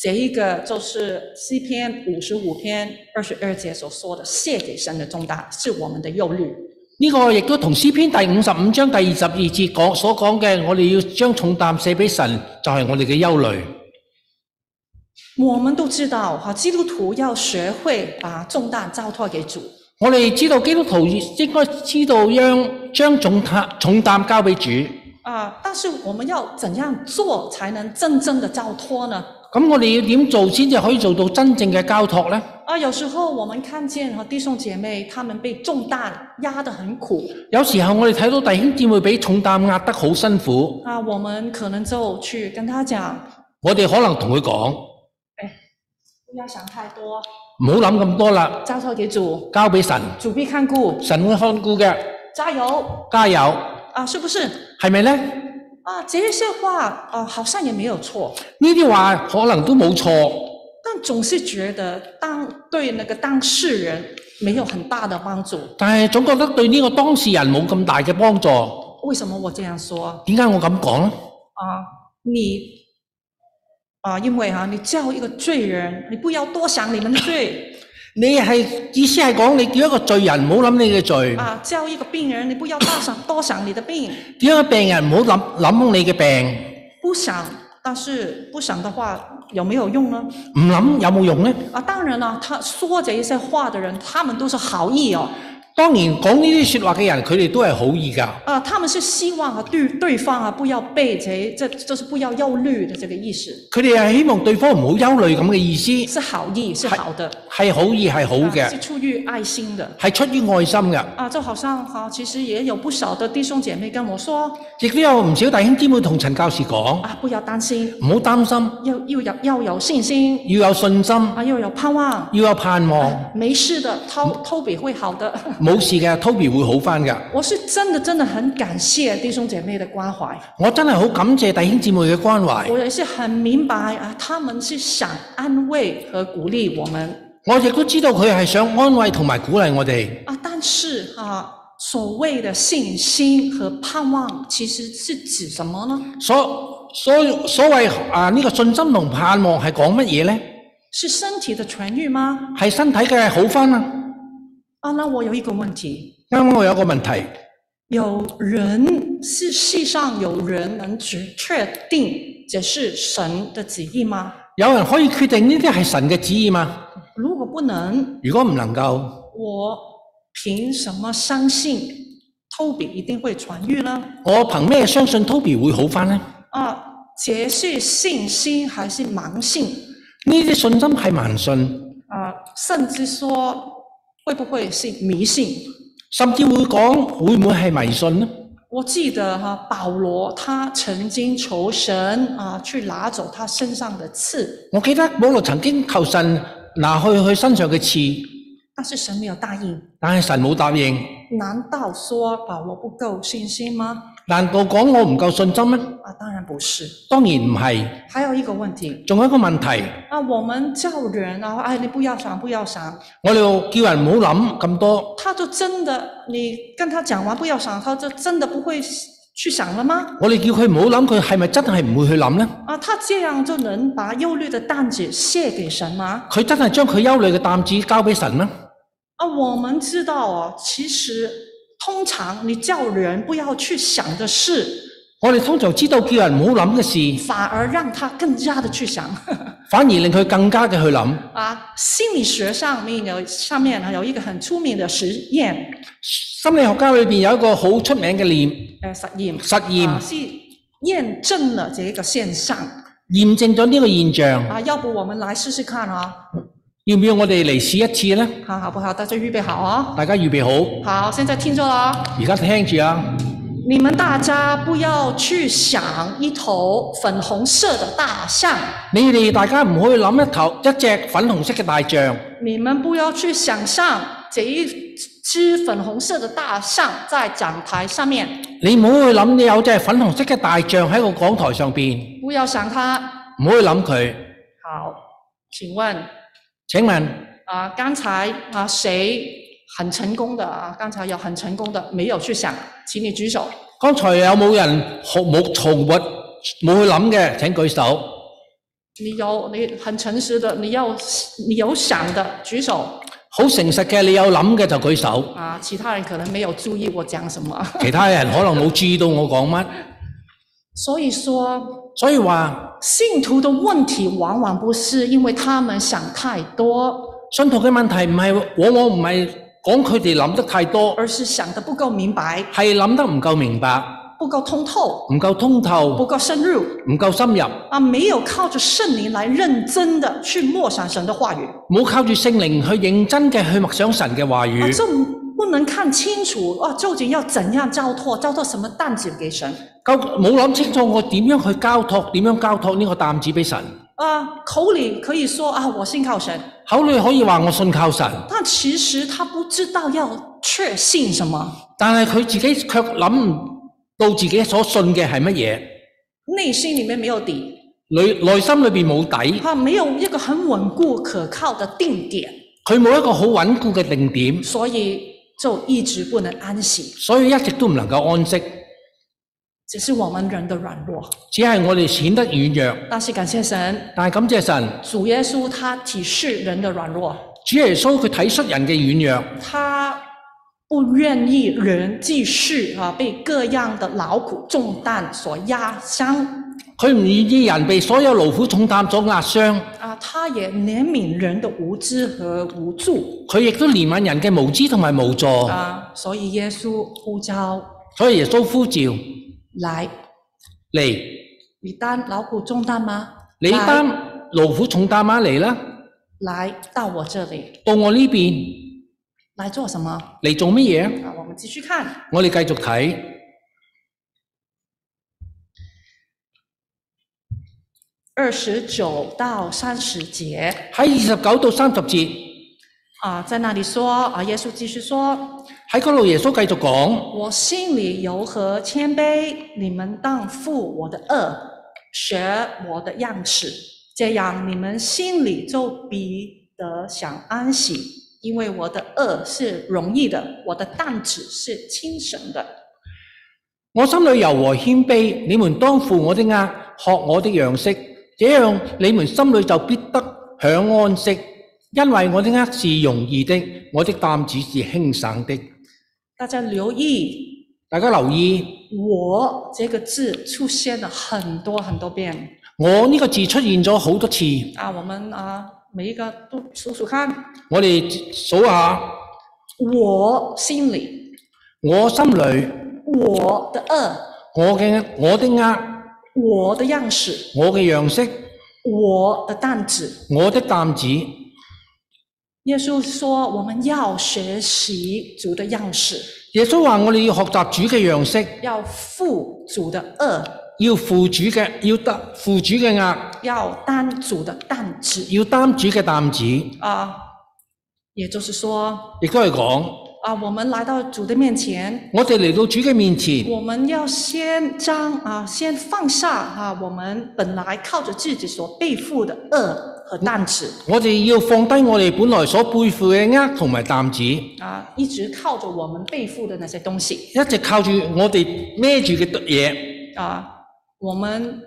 [SPEAKER 1] 这一个就是诗篇五十五篇二十二节所说的“卸给神的重担是我们的忧虑”。
[SPEAKER 2] 呢、個亦都同詩篇第五十五章第二十二節講所講嘅，我哋要將重擔卸俾神，就係我哋嘅憂慮。
[SPEAKER 1] 我们都知道哈，基督徒要学会把重担交托给主。
[SPEAKER 2] 我哋知道基督徒應該知道將將重擔重擔交俾主。
[SPEAKER 1] 啊，但是我们要怎样做才能真正的交托呢？
[SPEAKER 2] 咁我哋要點做先至可以做到真正嘅交托呢？
[SPEAKER 1] 啊，有时候我们看见和弟兄姐妹他们被重担压得很苦
[SPEAKER 2] 有時候我哋睇到弟兄姊妹俾重擔壓得好辛苦，
[SPEAKER 1] 啊，我们可能就去跟他讲，
[SPEAKER 2] 我哋可能同佢講：
[SPEAKER 1] 不要想太多，
[SPEAKER 2] 唔好諗咁多啦，
[SPEAKER 1] 交托给主，
[SPEAKER 2] 交俾神，
[SPEAKER 1] 主必看顾，
[SPEAKER 2] 神會看顧嘅，
[SPEAKER 1] 加油
[SPEAKER 2] 加油，
[SPEAKER 1] 啊，是不是？
[SPEAKER 2] 係咪呢？
[SPEAKER 1] 啊，这些话啊，好像也没有错，
[SPEAKER 2] 呢啲話可能都冇錯，
[SPEAKER 1] 但总是觉得当对那个当事人没有很大的帮助。
[SPEAKER 2] 但係總覺得對呢個當事人冇咁大嘅幫助。
[SPEAKER 1] 为什么我这样说
[SPEAKER 2] 點解我咁講呢？
[SPEAKER 1] 啊？你啊，因为啊，你叫一个罪人，你不要多想你们的罪
[SPEAKER 2] 你係意思係講你叫一個罪人唔好諗你嘅罪，
[SPEAKER 1] 啊；叫一个病人，你不要大想多想你的病。
[SPEAKER 2] 叫一個病人唔好諗諗你嘅病，
[SPEAKER 1] 不想，但是不想的话有没有用呢？
[SPEAKER 2] 唔諗有冇用呢？
[SPEAKER 1] 啊，当然了，他说这一些话的人，他们都是好意哦，
[SPEAKER 2] 當然講呢啲説話嘅人，佢哋都係好意㗎，
[SPEAKER 1] 啊，他们是希望啊对对方啊不要被这这这是不要忧虑的这个意思，
[SPEAKER 2] 佢哋係希望對方唔好憂慮咁嘅意思，
[SPEAKER 1] 是好意，是好的，
[SPEAKER 2] 係好意係好
[SPEAKER 1] 啊
[SPEAKER 2] 嘅
[SPEAKER 1] 是，出于爱心的。
[SPEAKER 2] 係出於愛心嘅。
[SPEAKER 1] 啊，就好像哈、其实也有不少的弟兄姐妹跟我说
[SPEAKER 2] 亦都有唔少弟兄姊妹同陳教士講：
[SPEAKER 1] 啊，不要担心，
[SPEAKER 2] 唔好擔心，
[SPEAKER 1] 要要有要有信心
[SPEAKER 2] 要有信心，
[SPEAKER 1] 啊，要有盼望，
[SPEAKER 2] 要有盼望。
[SPEAKER 1] 没事的，偷偷比会好的。
[SPEAKER 2] 冇事嘅，Toby 會好翻噶。
[SPEAKER 1] 我是真的真的很感谢弟兄姐妹的关怀，
[SPEAKER 2] 我真係好感謝弟兄姊妹嘅關懷，
[SPEAKER 1] 我也是很明白啊，他们是想安慰和鼓励我们
[SPEAKER 2] 我亦都知道佢係想安慰同埋鼓勵我哋。
[SPEAKER 1] 啊，但是啊，所谓的信心和盼望其实是指什么呢？
[SPEAKER 2] 所所所謂啊呢、個信心同盼望係講乜嘢呢？
[SPEAKER 1] 是身体的痊愈吗？
[SPEAKER 2] 係身體嘅好翻啊！
[SPEAKER 1] 啊，那我有一个问题，
[SPEAKER 2] 啱啱我有個問題，
[SPEAKER 1] 有人是世上有人能确确定这是神的旨意吗？
[SPEAKER 2] 有人可以決定呢啲係神嘅旨意嘛？
[SPEAKER 1] 如果不能，
[SPEAKER 2] 如果唔能夠，
[SPEAKER 1] 我凭什么相信透比一定会痊愈呢？
[SPEAKER 2] 我憑咩相信 Toby 會好翻呢？呢
[SPEAKER 1] 啊，这是信心还是盲信？
[SPEAKER 2] 啲信心係盲信，
[SPEAKER 1] 啊，甚至说会不会是迷信？
[SPEAKER 2] 甚至會講會唔會係迷信呢？
[SPEAKER 1] 我记得哈、保罗他曾经求神啊去拿走他身上的刺，
[SPEAKER 2] 我記得保羅曾經求神拿去佢身上嘅刺。
[SPEAKER 1] 但是神没有答应。
[SPEAKER 2] 但係神冇答應，
[SPEAKER 1] 难道说保罗不够信心吗？
[SPEAKER 2] 難道講我唔夠信心咩？
[SPEAKER 1] 啊，当然不是。
[SPEAKER 2] 當然唔係。
[SPEAKER 1] 还有一个问题，
[SPEAKER 2] 仲有一個問題，
[SPEAKER 1] 啊，我们叫人啊，哎，你不要想，不要想，
[SPEAKER 2] 我哋叫人唔好諗咁多，
[SPEAKER 1] 他就真的，你跟他讲完不要想，他就真的不会去想了吗？
[SPEAKER 2] 我哋叫佢唔好諗，佢係咪真係唔會去諗呢？
[SPEAKER 1] 啊，他这样就能把忧虑的担子卸给神吗？
[SPEAKER 2] 佢真係將佢憂慮嘅擔子交俾神咩？
[SPEAKER 1] 啊，我们知道哦，其实通常你叫人不要去想的事，
[SPEAKER 2] 我哋通常知道叫人唔好諗嘅事，
[SPEAKER 1] 反而让他更加的去想。
[SPEAKER 2] 反而令佢更加嘅去諗。
[SPEAKER 1] 啊，心理学上面有上面呢有一个很出名的实验，
[SPEAKER 2] 心理學家裏面有一個好出名嘅念
[SPEAKER 1] 呃，实验
[SPEAKER 2] 實
[SPEAKER 1] 啊
[SPEAKER 2] 驗，
[SPEAKER 1] 是验证了这个现象
[SPEAKER 2] 驗證咗呢個現象。
[SPEAKER 1] 啊。要不我们来试试看啊，
[SPEAKER 2] 要唔要我哋嚟試一次呢？
[SPEAKER 1] 好好不好？大家预备好啊。
[SPEAKER 2] 大家預備好，
[SPEAKER 1] 好，现在听着了啊。
[SPEAKER 2] 而家聽住啊！
[SPEAKER 1] 你们大家不要去想一头粉红色的大象，
[SPEAKER 2] 你哋大家唔可以諗一頭一隻粉紅色嘅大象，
[SPEAKER 1] 你们不要去想象这一只粉红色的大象在讲台上面，
[SPEAKER 2] 你唔好去諗你有隻粉紅色嘅大象喺個講台上邊，
[SPEAKER 1] 不要想它。
[SPEAKER 2] 唔好去諗佢。
[SPEAKER 1] 好，请问
[SPEAKER 2] 請問
[SPEAKER 1] 啊，刚才啊谁很成功的啊？刚才有很成功的没有去想，请你举手。
[SPEAKER 2] 剛才有冇人學冇從活冇去諗嘅？請舉手。
[SPEAKER 1] 你有你很诚实的，你要你有想的举手
[SPEAKER 2] 好誠實嘅，你有諗嘅就舉手。
[SPEAKER 1] 啊。其他人可能没有注意我讲什么，
[SPEAKER 2] 其他人可能冇注意到我講乜，
[SPEAKER 1] 所以说
[SPEAKER 2] 所以話
[SPEAKER 1] 信徒的问题往往不是因为他们想太多，
[SPEAKER 2] 信徒嘅問題唔係往往唔係講佢哋諗得太多，
[SPEAKER 1] 而是想得不够明白、
[SPEAKER 2] 係諗得唔夠明白、
[SPEAKER 1] 不够通透、
[SPEAKER 2] 唔夠通透
[SPEAKER 1] 不、够深入
[SPEAKER 2] 唔夠深入，
[SPEAKER 1] 啊，没有靠着圣灵来认真的去默想神的话语
[SPEAKER 2] 冇靠住聖靈去認真嘅去默想神嘅話
[SPEAKER 1] 啊，
[SPEAKER 2] 語。
[SPEAKER 1] 这不能看清楚啊，究竟要怎样交托，交托什么担子给神
[SPEAKER 2] 究冇諗清楚我點樣去交託，點樣交託呢個擔子俾神。
[SPEAKER 1] 啊？口里可以说啊，我信靠神，
[SPEAKER 2] 口裏可以話我信靠神，
[SPEAKER 1] 但其实他不知道要确信什么，
[SPEAKER 2] 但係佢自己卻諗唔到自己所信嘅係乜嘢，
[SPEAKER 1] 内心里面没有底，
[SPEAKER 2] 內內心裏面冇底，
[SPEAKER 1] 他没有一个很稳固可靠的定点。
[SPEAKER 2] 佢冇一個好穩固嘅定點，
[SPEAKER 1] 所以就一直不能安息，
[SPEAKER 2] 所以一直都唔能夠安息。
[SPEAKER 1] 只是我们人的软弱。
[SPEAKER 2] 只係我哋顯得軟弱，
[SPEAKER 1] 但是感谢神，
[SPEAKER 2] 但係感謝神，
[SPEAKER 1] 主耶稣他体恤人的软弱，
[SPEAKER 2] 主耶穌佢睇出人嘅軟弱，
[SPEAKER 1] 他不愿意人继续啊被各样的劳苦重担所压伤
[SPEAKER 2] 佢唔願意人被所有勞苦重擔所壓傷，
[SPEAKER 1] 啊，他也怜悯人的无知和无助
[SPEAKER 2] 佢亦都憐憫人嘅無知同埋無助。
[SPEAKER 1] 啊，所以耶稣呼召
[SPEAKER 2] 所以耶穌呼召
[SPEAKER 1] 来，
[SPEAKER 2] 嚟，
[SPEAKER 1] 你担劳苦重担吗？
[SPEAKER 2] 你
[SPEAKER 1] 来
[SPEAKER 2] 擔勞苦重擔嗎？嚟啦，
[SPEAKER 1] 来到我这里
[SPEAKER 2] 到我呢邊
[SPEAKER 1] 来做什么？啊，
[SPEAKER 2] 嚟做乜嘢？
[SPEAKER 1] 我们继续看。
[SPEAKER 2] 我哋繼續睇
[SPEAKER 1] 二十九到三十节
[SPEAKER 2] 喺二十九到三十節，
[SPEAKER 1] 啊，在那里说啊，耶稣继续说
[SPEAKER 2] 喺嗰度耶穌繼續：“講：
[SPEAKER 1] 我心里柔和谦卑，你们当负我的恶，学我的样式，这样你们心里就必得享安息。因为我的恶是容易的，我的担子是轻省的。
[SPEAKER 2] 我心裏柔和謙卑，你們當負我的軛，學我的樣式，這樣你們心裏就必得享安息。因為我的軛是容易的，我的擔子是輕省的。”
[SPEAKER 1] 大家留意，
[SPEAKER 2] 大家留意，
[SPEAKER 1] 我这个字出现了很多很多遍
[SPEAKER 2] 我呢個字出現咗好多次，
[SPEAKER 1] 啊，我们啊每一个都数数看。
[SPEAKER 2] 我哋數下，
[SPEAKER 1] 我心里，
[SPEAKER 2] 我心裏，
[SPEAKER 1] 我的恶，
[SPEAKER 2] 我嘅我的軛，
[SPEAKER 1] 我的样式，
[SPEAKER 2] 我嘅樣式，
[SPEAKER 1] 我的担子。
[SPEAKER 2] 我的擔子。
[SPEAKER 1] 耶稣说，我们要学习主的样式，
[SPEAKER 2] 耶穌話：我哋要學習主嘅樣式，
[SPEAKER 1] 要负主的恶，
[SPEAKER 2] 要負主嘅，要得負主嘅軛，
[SPEAKER 1] 要担主的担子
[SPEAKER 2] 要擔主嘅擔子。
[SPEAKER 1] 啊。也就是说
[SPEAKER 2] 亦都係講，
[SPEAKER 1] 啊，我们来到主的面前，
[SPEAKER 2] 我哋嚟到主嘅面前，
[SPEAKER 1] 我们要先将啊，先放下啊，我们本来靠着自己所背负的恶和担子
[SPEAKER 2] 我哋要放低我哋本來所背負嘅軛同埋擔子，一
[SPEAKER 1] 啊，一直靠着我们背负的那些东西。
[SPEAKER 2] 直靠住我哋孭住嘅嘢。
[SPEAKER 1] 呃啊，我们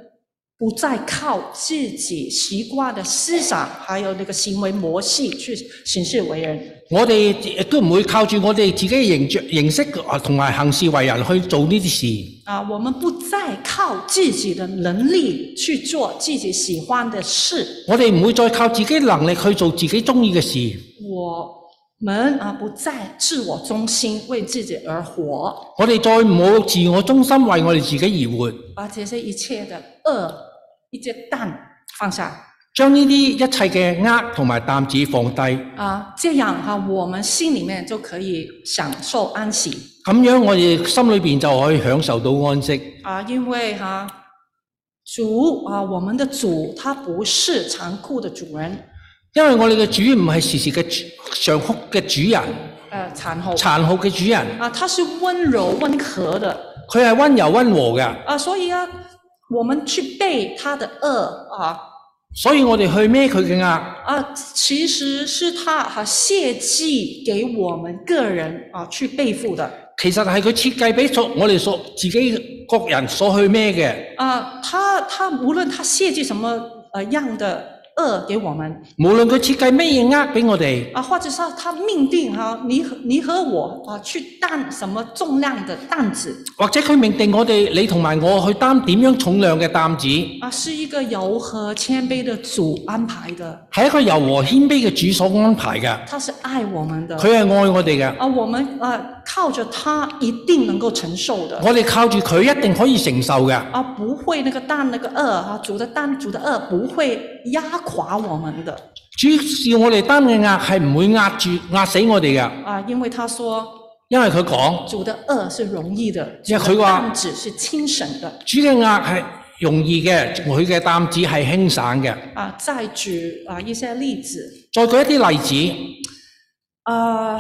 [SPEAKER 1] 不再靠自己习惯的思想还有那个行为模式去行事为人。
[SPEAKER 2] 我哋亦都唔會靠住我哋自己嘅形象、形式啊同埋行事為人去做呢啲事。
[SPEAKER 1] 啊，我们不再靠自己的能力去做自己喜欢的事，
[SPEAKER 2] 我哋唔會再靠自己能力去做自己中意嘅事。
[SPEAKER 1] 我们啊不再自我中心为自己而活，
[SPEAKER 2] 我哋再唔好自我中心，為我哋自己而活，
[SPEAKER 1] 把这些一切的恶、一些担放下
[SPEAKER 2] 將呢啲一切嘅呃同埋擔子放低。
[SPEAKER 1] 啊，这样啊，我们心里面就可以享受安息
[SPEAKER 2] 咁樣我哋心裏面就可以享受到安息。
[SPEAKER 1] 啊，因为哈、啊主啊，我们的主他不是残酷的主人，
[SPEAKER 2] 因為我哋嘅主唔係時時嘅主上哭嘅主人，
[SPEAKER 1] 呃，残酷
[SPEAKER 2] 殘酷嘅主人，
[SPEAKER 1] 啊，他是温柔温和的。
[SPEAKER 2] 佢係温柔温和嘅，
[SPEAKER 1] 啊，所以啊，我们去背他的恶啊
[SPEAKER 2] 所以我哋去孭佢嘅呃壓，
[SPEAKER 1] 啊，其实是他哈、献祭给我们个人啊去背负的
[SPEAKER 2] 其實係佢設計俾所我哋所自己各人所去孭嘅。
[SPEAKER 1] 啊，他他无论他献祭什么呃样的恶给我们
[SPEAKER 2] 無論佢設計咩嘢呃俾我哋，
[SPEAKER 1] 啊，或者是他命定哈、你和你和我啊去担什么重量的担子
[SPEAKER 2] 或者佢命定我哋你同埋我去擔點樣重量嘅擔子，
[SPEAKER 1] 啊，是一个柔和谦卑的主安排的，
[SPEAKER 2] 係一個柔和謙卑嘅主所安排嘅，
[SPEAKER 1] 他是爱我们的
[SPEAKER 2] 佢係愛我哋嘅，
[SPEAKER 1] 啊，我们啊靠着他一定能够承受的。
[SPEAKER 2] 我哋靠住佢一定可以承受嘅。
[SPEAKER 1] 啊，不会那个蛋那个恶啊，煮的蛋煮的恶不会压垮我们的
[SPEAKER 2] 主要我哋擔嘅壓係唔會壓住壓死我哋嘅，
[SPEAKER 1] 啊，因为他说
[SPEAKER 2] 因為佢講
[SPEAKER 1] 煮的恶是容易的，
[SPEAKER 2] 因
[SPEAKER 1] 煮
[SPEAKER 2] 为佢
[SPEAKER 1] 的
[SPEAKER 2] 话
[SPEAKER 1] 担子是轻省的
[SPEAKER 2] 主嘅壓係容易嘅，佢嘅擔子係輕省嘅。
[SPEAKER 1] 啊。再举啊一些例子
[SPEAKER 2] 再舉一啲例
[SPEAKER 1] 啊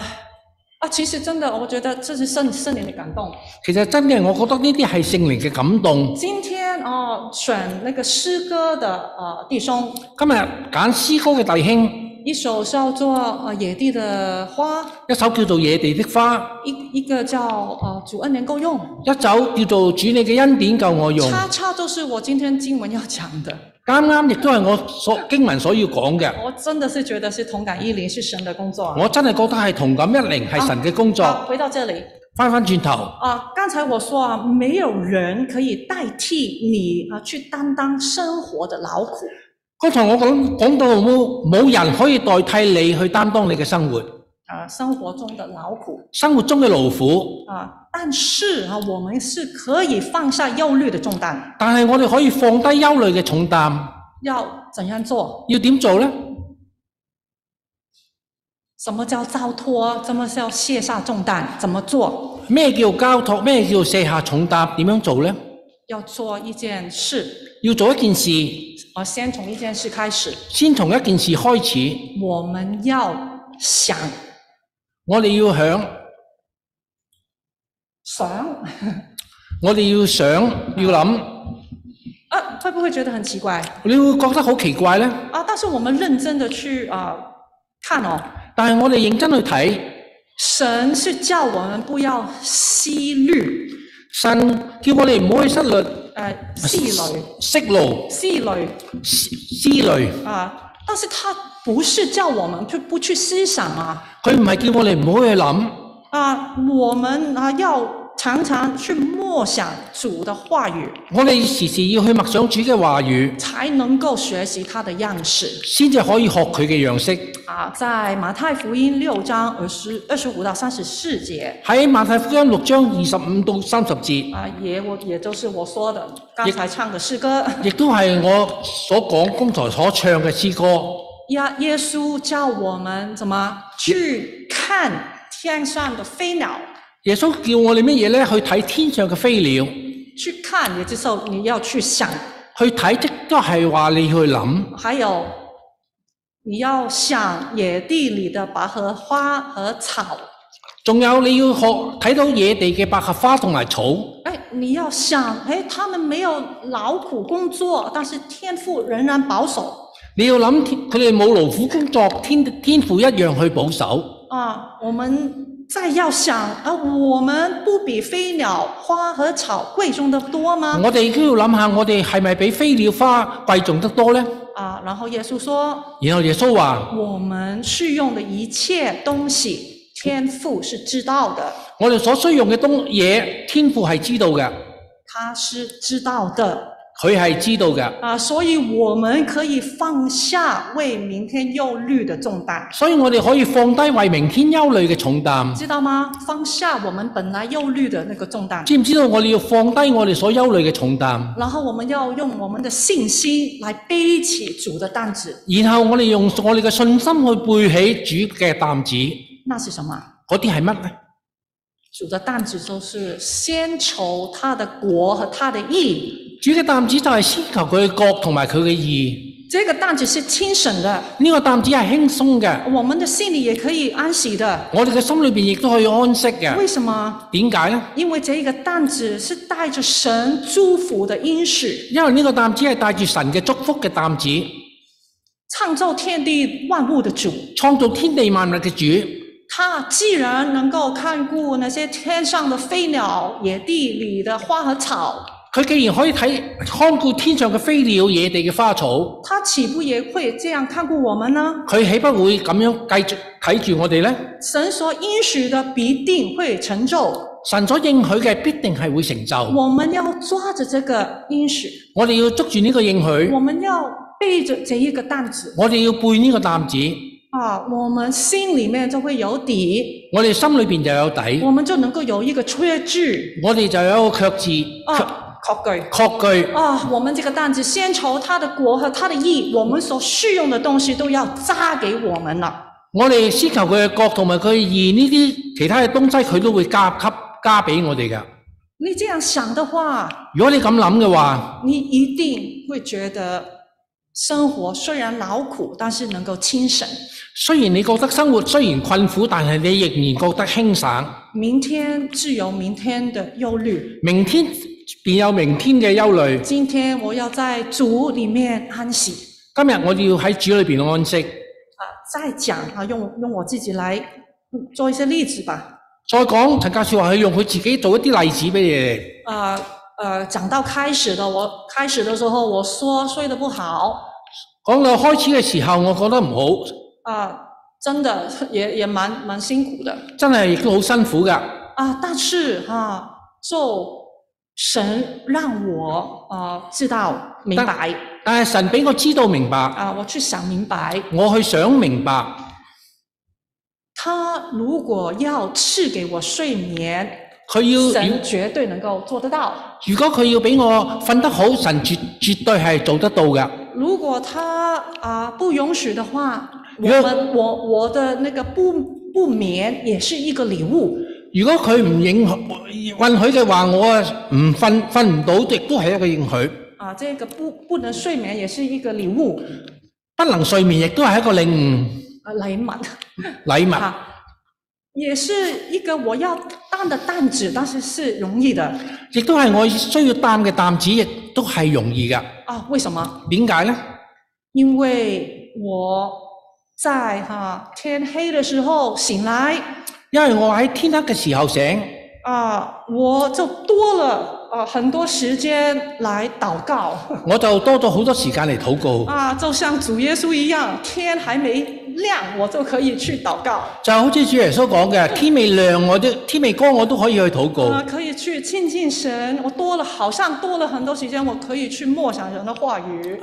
[SPEAKER 1] 啊，其实真的，我觉得这是圣圣灵的感动。
[SPEAKER 2] 子，其實真嘅，我覺得呢啲係聖靈嘅感動。
[SPEAKER 1] 今天哦、选那个诗歌的呃弟兄，
[SPEAKER 2] 今日揀詩歌嘅弟兄，
[SPEAKER 1] 一首是叫做呃野地的花，
[SPEAKER 2] 一首叫做《野地的花》，
[SPEAKER 1] 一一个叫呃主恩能够用。
[SPEAKER 2] 一首叫做《主你嘅恩典夠我用》，
[SPEAKER 1] 叉叉就是我今天经文要讲的。
[SPEAKER 2] 啱啱亦都係我所經文所要講嘅。
[SPEAKER 1] 我真的是觉得是同感一灵是神的工作啊。
[SPEAKER 2] 我真係覺得係同感一靈係神嘅工作。
[SPEAKER 1] 好，回到这里
[SPEAKER 2] 翻翻轉頭，
[SPEAKER 1] 啊，刚才我说啊，没有人可以代替你啊去担当生活的劳苦
[SPEAKER 2] 剛才我講講到冇冇人可以代替你去擔當你嘅生活。
[SPEAKER 1] 啊，生活中的劳苦
[SPEAKER 2] 生活中嘅勞苦，
[SPEAKER 1] 啊，但是啊，我们是可以放下忧虑的重担。
[SPEAKER 2] 但係我哋可以放低憂慮嘅重擔。
[SPEAKER 1] 要怎样做？
[SPEAKER 2] 要點做呢？
[SPEAKER 1] 什么叫giao托？什么叫卸下重担？怎么做？
[SPEAKER 2] 咩叫交託？咩叫卸下重擔？點樣做呢？
[SPEAKER 1] 要做一件事，
[SPEAKER 2] 要做一件事，
[SPEAKER 1] 啊，先从一件事开始。
[SPEAKER 2] 先從一件事開始。
[SPEAKER 1] 我们要想
[SPEAKER 2] 我哋要想，
[SPEAKER 1] 想
[SPEAKER 2] 我哋要想，要諗。
[SPEAKER 1] 啊，会不会觉得很奇怪
[SPEAKER 2] 你會覺得好奇怪呢？
[SPEAKER 1] 啊？但是我们认真的去啊、看哦，
[SPEAKER 2] 但係我哋認真去睇，
[SPEAKER 1] 神是叫我们不要惜虑，
[SPEAKER 2] 神叫我哋唔好去失律、
[SPEAKER 1] 呃，惜虑，
[SPEAKER 2] 息怒、
[SPEAKER 1] 惜虑
[SPEAKER 2] 思思慮。
[SPEAKER 1] 啊。但是他不是叫我们去不去思想啊
[SPEAKER 2] 佢唔係叫我哋唔好去諗，
[SPEAKER 1] 啊，我们啊要常常去默想主的话语，
[SPEAKER 2] 我哋時時要去默想主嘅話語，
[SPEAKER 1] 才能够学习他的样式。
[SPEAKER 2] 先至可以學佢嘅樣式。
[SPEAKER 1] 啊，在马太福音六章二十二十五到三十四节
[SPEAKER 2] 喺馬太福音六章二十五到三十節，
[SPEAKER 1] 啊，也我也就是我说的刚才唱的诗歌，
[SPEAKER 2] 亦都係我所講剛才所唱嘅詩歌。
[SPEAKER 1] 耶耶稣叫我们怎么去看天上的飞鸟，
[SPEAKER 2] 耶穌叫我哋乜嘢呢？去睇天上嘅飛鳥，
[SPEAKER 1] 去看，也就是说你要去想，
[SPEAKER 2] 去睇即都係話你去諗，
[SPEAKER 1] 还有你要想野地里的百合花和草，
[SPEAKER 2] 仲有你要學睇到野地嘅百合花同埋草，
[SPEAKER 1] 哎，你要想，哎，他们没有劳苦工作，但是天父仍然保守。
[SPEAKER 2] 你要諗天佢哋冇勞苦工作，天天父一樣去保守。
[SPEAKER 1] 啊，我们再要想啊，我们不比飞鸟、花和草贵重的多吗？
[SPEAKER 2] 我哋都要諗下，我哋係咪比飛鳥花貴重得多呢？
[SPEAKER 1] 啊，然后耶稣说，
[SPEAKER 2] 然後耶穌話：
[SPEAKER 1] 我们去用的一切东西，天父是知道的，
[SPEAKER 2] 我哋所需用嘅東嘢，天父係知道嘅，
[SPEAKER 1] 他是知道的
[SPEAKER 2] 佢係知道嘅，
[SPEAKER 1] 啊，所以我们可以放下为明天忧虑的重担，
[SPEAKER 2] 所以我哋可以放低為明天憂慮嘅重擔。
[SPEAKER 1] 知道吗？放下我们本来忧虑的那个重担，
[SPEAKER 2] 知唔知道我哋要放低我哋所憂慮嘅重擔？
[SPEAKER 1] 然后我们要用我们的信心来背起主的担子，
[SPEAKER 2] 然後我哋用我哋嘅信心去背起主嘅擔子，
[SPEAKER 1] 那是什么？
[SPEAKER 2] 嗰啲係乜呢？
[SPEAKER 1] 主的担子就是先求他的国和他的义，
[SPEAKER 2] 主嘅擔子就係先求佢嘅國同埋佢嘅義。
[SPEAKER 1] 这个担子是轻省的，
[SPEAKER 2] 呢、個擔子係輕鬆嘅，
[SPEAKER 1] 我们的心里也可以安息的。
[SPEAKER 2] 我哋嘅心裏面亦都可以安息嘅。
[SPEAKER 1] 为什么？
[SPEAKER 2] 點解呢？
[SPEAKER 1] 因为这个担子是带着神祝福的应许，
[SPEAKER 2] 因為呢個擔子係帶住神嘅祝福嘅擔子，
[SPEAKER 1] 创造天地万物的主，
[SPEAKER 2] 創造天地萬物嘅主，
[SPEAKER 1] 他既然能够看顾那些天上的飞鸟、野地里的花和草，
[SPEAKER 2] 佢既然可以睇看顧天上嘅飛鳥、野地嘅花草，
[SPEAKER 1] 他岂不也会这样看顾我们呢？
[SPEAKER 2] 佢岂不會咁樣繼續睇住我哋呢？
[SPEAKER 1] 神所应许的必定会成就。
[SPEAKER 2] 神所應許嘅必定係會成就，
[SPEAKER 1] 我们要抓着这个应许，
[SPEAKER 2] 我哋要捉住呢個應許，
[SPEAKER 1] 我们要背着这一个担子
[SPEAKER 2] 我哋要背呢個擔子，
[SPEAKER 1] 啊，我们心里面就会有底，
[SPEAKER 2] 我哋心裏面就有底，
[SPEAKER 1] 我们就能够有一个确据
[SPEAKER 2] 我哋就有一個卻字確
[SPEAKER 1] 啊，确据
[SPEAKER 2] 確據。
[SPEAKER 1] 啊，我们这个担子先求他的国和他的义，我们所需用的东西都要扎给我们了。
[SPEAKER 2] 我哋先求佢嘅國同埋佢嘅義呢啲其他嘅東西，佢都會加給加俾我哋㗎。
[SPEAKER 1] 你这样想的话，
[SPEAKER 2] 如果你咁諗嘅話，
[SPEAKER 1] 你一定会觉得生活虽然劳苦，但是能够轻省。
[SPEAKER 2] 雖然你覺得生活雖然困苦，但係你仍然覺得輕省。
[SPEAKER 1] 明天自有明天的忧虑，
[SPEAKER 2] 明天便有明天嘅憂慮。
[SPEAKER 1] 今天我要在主里面安息
[SPEAKER 2] 今日我哋要喺主裏面安息。
[SPEAKER 1] 啊！再讲啊，用用我自己来嗯做一些例子吧。
[SPEAKER 2] 再講陳教授話，佢用佢自己做一啲例子俾你哋。
[SPEAKER 1] 啊呃，讲到开始的，我开始的时候我说睡得不好
[SPEAKER 2] 講到開始嘅時候，我覺得唔好，
[SPEAKER 1] 啊，真的也也蛮蛮辛苦的
[SPEAKER 2] 真係亦都好辛苦㗎。
[SPEAKER 1] 啊。但是啊，就神让我啊知道明白
[SPEAKER 2] 但係神俾我知道明白，
[SPEAKER 1] 啊，我去想明白，
[SPEAKER 2] 我去想明白。
[SPEAKER 1] 他如果要赐给我睡眠，
[SPEAKER 2] 佢要
[SPEAKER 1] 神绝对能够做得到。
[SPEAKER 2] 如果佢要俾我瞓得好，神絕絕對係做得到㗎。
[SPEAKER 1] 如果他啊、不允许的话，我
[SPEAKER 2] 因为
[SPEAKER 1] 们我我的那个不不眠也是一个礼物
[SPEAKER 2] 如果佢唔影允許嘅話，我唔瞓瞓唔到，亦都係一個應許。
[SPEAKER 1] 啊，这个不不能睡眠也是一个礼物
[SPEAKER 2] 不能睡眠亦都係一個 領悟
[SPEAKER 1] 啊，雷满
[SPEAKER 2] 禮物。
[SPEAKER 1] 啊，也是一个我要担的担子，但是是容易的
[SPEAKER 2] 亦都係我需要擔嘅擔子，亦都係容易㗎。
[SPEAKER 1] 啊。为什么？
[SPEAKER 2] 點解呢？
[SPEAKER 1] 因为我在哈、天黑的时候醒来
[SPEAKER 2] 因為我喺天黑嘅時候醒，
[SPEAKER 1] 啊，我就多了啊很多时间来祷告。
[SPEAKER 2] 我就多咗好多時間嚟禱告，
[SPEAKER 1] 啊，就像主耶稣一样，天还没亮，我就可以去祷告，
[SPEAKER 2] 就好似主耶穌講嘅，天未亮我都天未光我都可以去禱
[SPEAKER 1] 啊，
[SPEAKER 2] 告。
[SPEAKER 1] 可以去亲近神。我多了，好像多了很多时间，我可以去默想神的话语。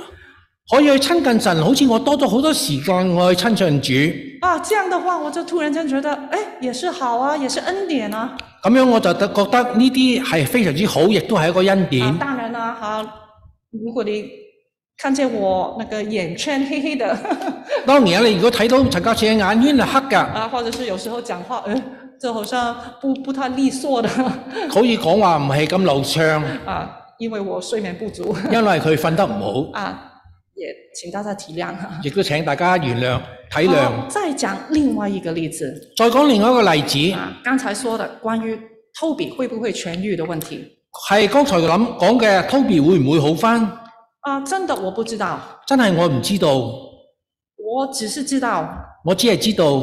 [SPEAKER 2] 可以去親近神，好似我多咗好多時間，我去親近主，
[SPEAKER 1] 啊，这样的话，我就突然间觉得，哎，也是好啊，也是恩典啊。
[SPEAKER 2] 咁樣我就得覺得呢啲係非常之好，亦都係一個恩
[SPEAKER 1] 啊，
[SPEAKER 2] 典。
[SPEAKER 1] 当然啦、哈、如果你看见我那个眼圈黑黑的，
[SPEAKER 2] 當然啦，你如果睇到陳教士嘅眼圈係黑㗎，
[SPEAKER 1] 啊，或者是有时候讲话，嗯、这好像不不太利索的，
[SPEAKER 2] 可以講話唔係咁流暢，
[SPEAKER 1] 啊，因为我睡眠不足，
[SPEAKER 2] 因為佢瞓得唔好，
[SPEAKER 1] 啊，也请大家体谅啊哈、
[SPEAKER 2] 亦都請大家原諒體諒。
[SPEAKER 1] 好再讲另外一个例子
[SPEAKER 2] 再講另外一個例子，
[SPEAKER 1] 啊，刚才说的关于透比会不会痊愈的问题
[SPEAKER 2] 係剛才諗講嘅 Toby 會唔會好翻？
[SPEAKER 1] 啊，真的我不知道，
[SPEAKER 2] 真係我唔知道，
[SPEAKER 1] 我只是知道
[SPEAKER 2] 我只係知道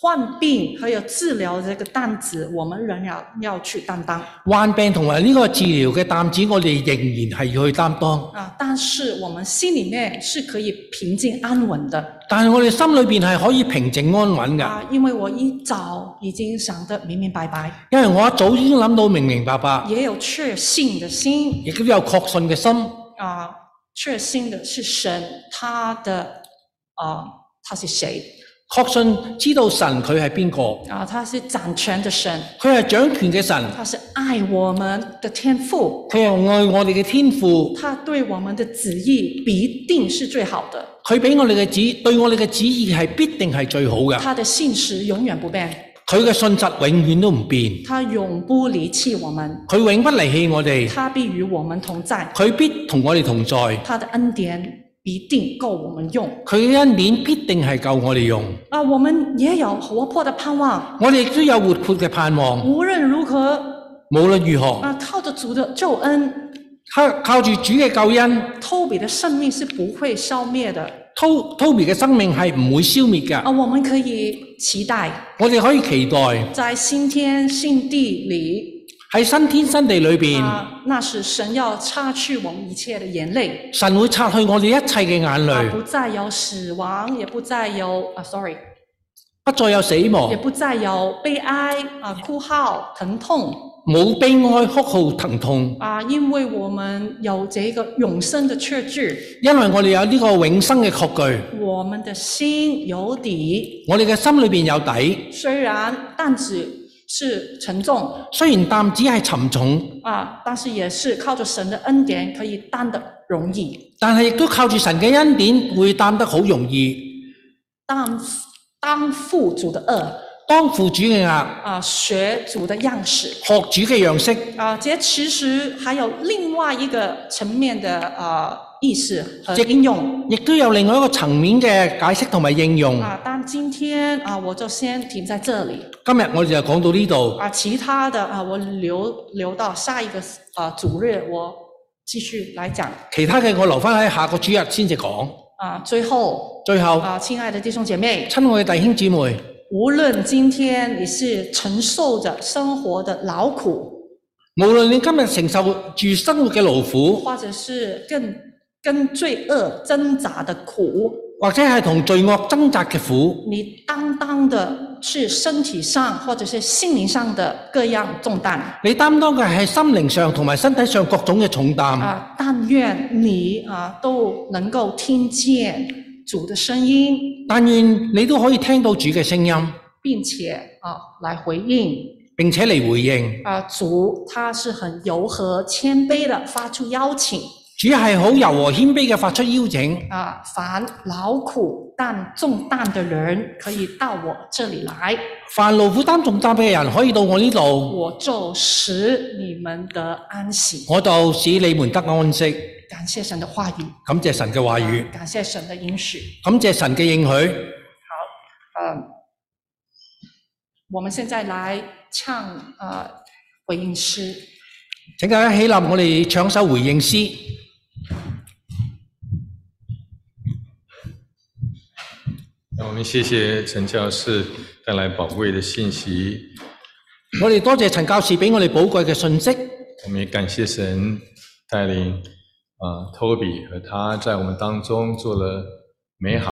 [SPEAKER 1] 患病还有治疗这个担子，我们仍然要去担当
[SPEAKER 2] 患病同埋呢個治療嘅擔子，我哋仍然係要去擔當。
[SPEAKER 1] 啊。但是我们心里面是可以平静安稳的
[SPEAKER 2] 但係我哋心裏邊係可以平靜安穩㗎，
[SPEAKER 1] 啊，因为我一早已经想得明明白白，
[SPEAKER 2] 因為我一早已經諗到明明白白，
[SPEAKER 1] 也有确信的心
[SPEAKER 2] 亦都有確信嘅心。
[SPEAKER 1] 啊，确信的是神他的啊，他是谁
[SPEAKER 2] 確信知道神佢係邊個，
[SPEAKER 1] 啊？他是掌权的神，
[SPEAKER 2] 佢係掌權嘅神，
[SPEAKER 1] 他是愛我們的天父，
[SPEAKER 2] 佢係愛我哋嘅天父，
[SPEAKER 1] 他對我們的旨意必定是最好的，
[SPEAKER 2] 佢俾我哋嘅旨對我哋嘅旨意係必定係最好嘅，
[SPEAKER 1] 他的信實永遠不變，
[SPEAKER 2] 佢嘅信實永遠都唔變，
[SPEAKER 1] 他永不離棄我們，
[SPEAKER 2] 佢永不離棄我哋，
[SPEAKER 1] 他必與我們同在，
[SPEAKER 2] 佢必同我哋同在，
[SPEAKER 1] 他的恩典必定夠我們用
[SPEAKER 2] 佢嘅恩典必定係夠我哋用，
[SPEAKER 1] 啊！我們也有活潑的盼望，
[SPEAKER 2] 我哋亦都有活潑嘅盼望。
[SPEAKER 1] 無論如何
[SPEAKER 2] 無論如何，
[SPEAKER 1] 啊，靠着主的救恩，
[SPEAKER 2] 靠靠住主嘅救恩。
[SPEAKER 1] 托比的生命是不會消滅的
[SPEAKER 2] To- Toby 嘅生命係唔會消滅
[SPEAKER 1] 啊！
[SPEAKER 2] 嘅，
[SPEAKER 1] 我們可以期待
[SPEAKER 2] 我哋可以期待
[SPEAKER 1] 在新天新地裡。
[SPEAKER 2] 喺新天新地裏面，
[SPEAKER 1] 啊，那是神要擦去我们一切的眼泪，
[SPEAKER 2] 神會擦去我哋一切嘅眼
[SPEAKER 1] 啊，
[SPEAKER 2] 淚，
[SPEAKER 1] 不再有死亡，也不再有啊，sorry，
[SPEAKER 2] 不再有死亡
[SPEAKER 1] 也，不再有悲哀啊、哭号、疼痛
[SPEAKER 2] 冇悲哀、哭號、疼痛，
[SPEAKER 1] 啊，因为我们有这个永生的确据，
[SPEAKER 2] 因為我哋有呢個永生嘅確據，
[SPEAKER 1] 我们的心有底。
[SPEAKER 2] 我哋嘅心裏面有底。
[SPEAKER 1] 虽然担子是沉重
[SPEAKER 2] 雖然擔子係沉重，
[SPEAKER 1] 啊，但是也是靠着神的恩典可以担得容易。
[SPEAKER 2] 但係亦都靠住神嘅恩典會擔得好容易。
[SPEAKER 1] 当当父主的恶
[SPEAKER 2] 當父主嘅壓，
[SPEAKER 1] 啊，学主的样式。
[SPEAKER 2] 學主嘅樣式，
[SPEAKER 1] 啊，这其实还有另外一个层面的呃意识和
[SPEAKER 2] 这
[SPEAKER 1] 应用
[SPEAKER 2] 亦都有另外一個層面嘅解釋同埋應用。
[SPEAKER 1] 啊。但今天啊，我就先停在这里
[SPEAKER 2] 今日我哋就講到呢度。
[SPEAKER 1] 啊，其他的啊，我留留到下一个啊主日我继续来讲
[SPEAKER 2] 其他嘅我留翻喺下個主日先至講。
[SPEAKER 1] 啊。最后
[SPEAKER 2] 最後，
[SPEAKER 1] 啊，亲爱的弟兄姐妹，
[SPEAKER 2] 親愛嘅弟兄姊妹，
[SPEAKER 1] 无论今天你是承受着生活的劳苦，
[SPEAKER 2] 無論你今日承受住生活嘅勞苦，
[SPEAKER 1] 或者是更跟罪恶挣扎的苦，
[SPEAKER 2] 或者係同罪惡掙扎嘅苦，
[SPEAKER 1] 你担当的是身体上或者是心灵上的各样重担
[SPEAKER 2] 你擔當嘅係心靈上同埋身體上各種嘅重擔。
[SPEAKER 1] 啊！但愿你啊都能够听见主的声音，
[SPEAKER 2] 但願你都可以聽到主嘅聲音，
[SPEAKER 1] 并且啊来回应
[SPEAKER 2] 並且嚟回應。
[SPEAKER 1] 啊！主他是很柔和谦卑的发出邀请
[SPEAKER 2] 主係好柔和謙卑嘅發出邀請，
[SPEAKER 1] 啊，凡劳苦担重担的人可以到我这里来，
[SPEAKER 2] 凡勞苦擔重擔嘅人可以到我呢度，
[SPEAKER 1] 我就使你们得安息。
[SPEAKER 2] 我就使你們得安息。
[SPEAKER 1] 感谢神的话语，啊
[SPEAKER 2] 感謝神嘅話語，
[SPEAKER 1] 感谢神的应许。
[SPEAKER 2] 感謝神嘅應許。
[SPEAKER 1] 呃，我们现在来唱呃回应诗。
[SPEAKER 2] 請大家起立，我哋唱首回應詩。
[SPEAKER 3] 那我们谢谢陈教士带来宝贵的信息，
[SPEAKER 2] 我哋多謝陳教士俾我哋寶貴嘅信息，
[SPEAKER 3] 我们也感谢神带领啊、呃、，Toby 和他在我们当中做了美好。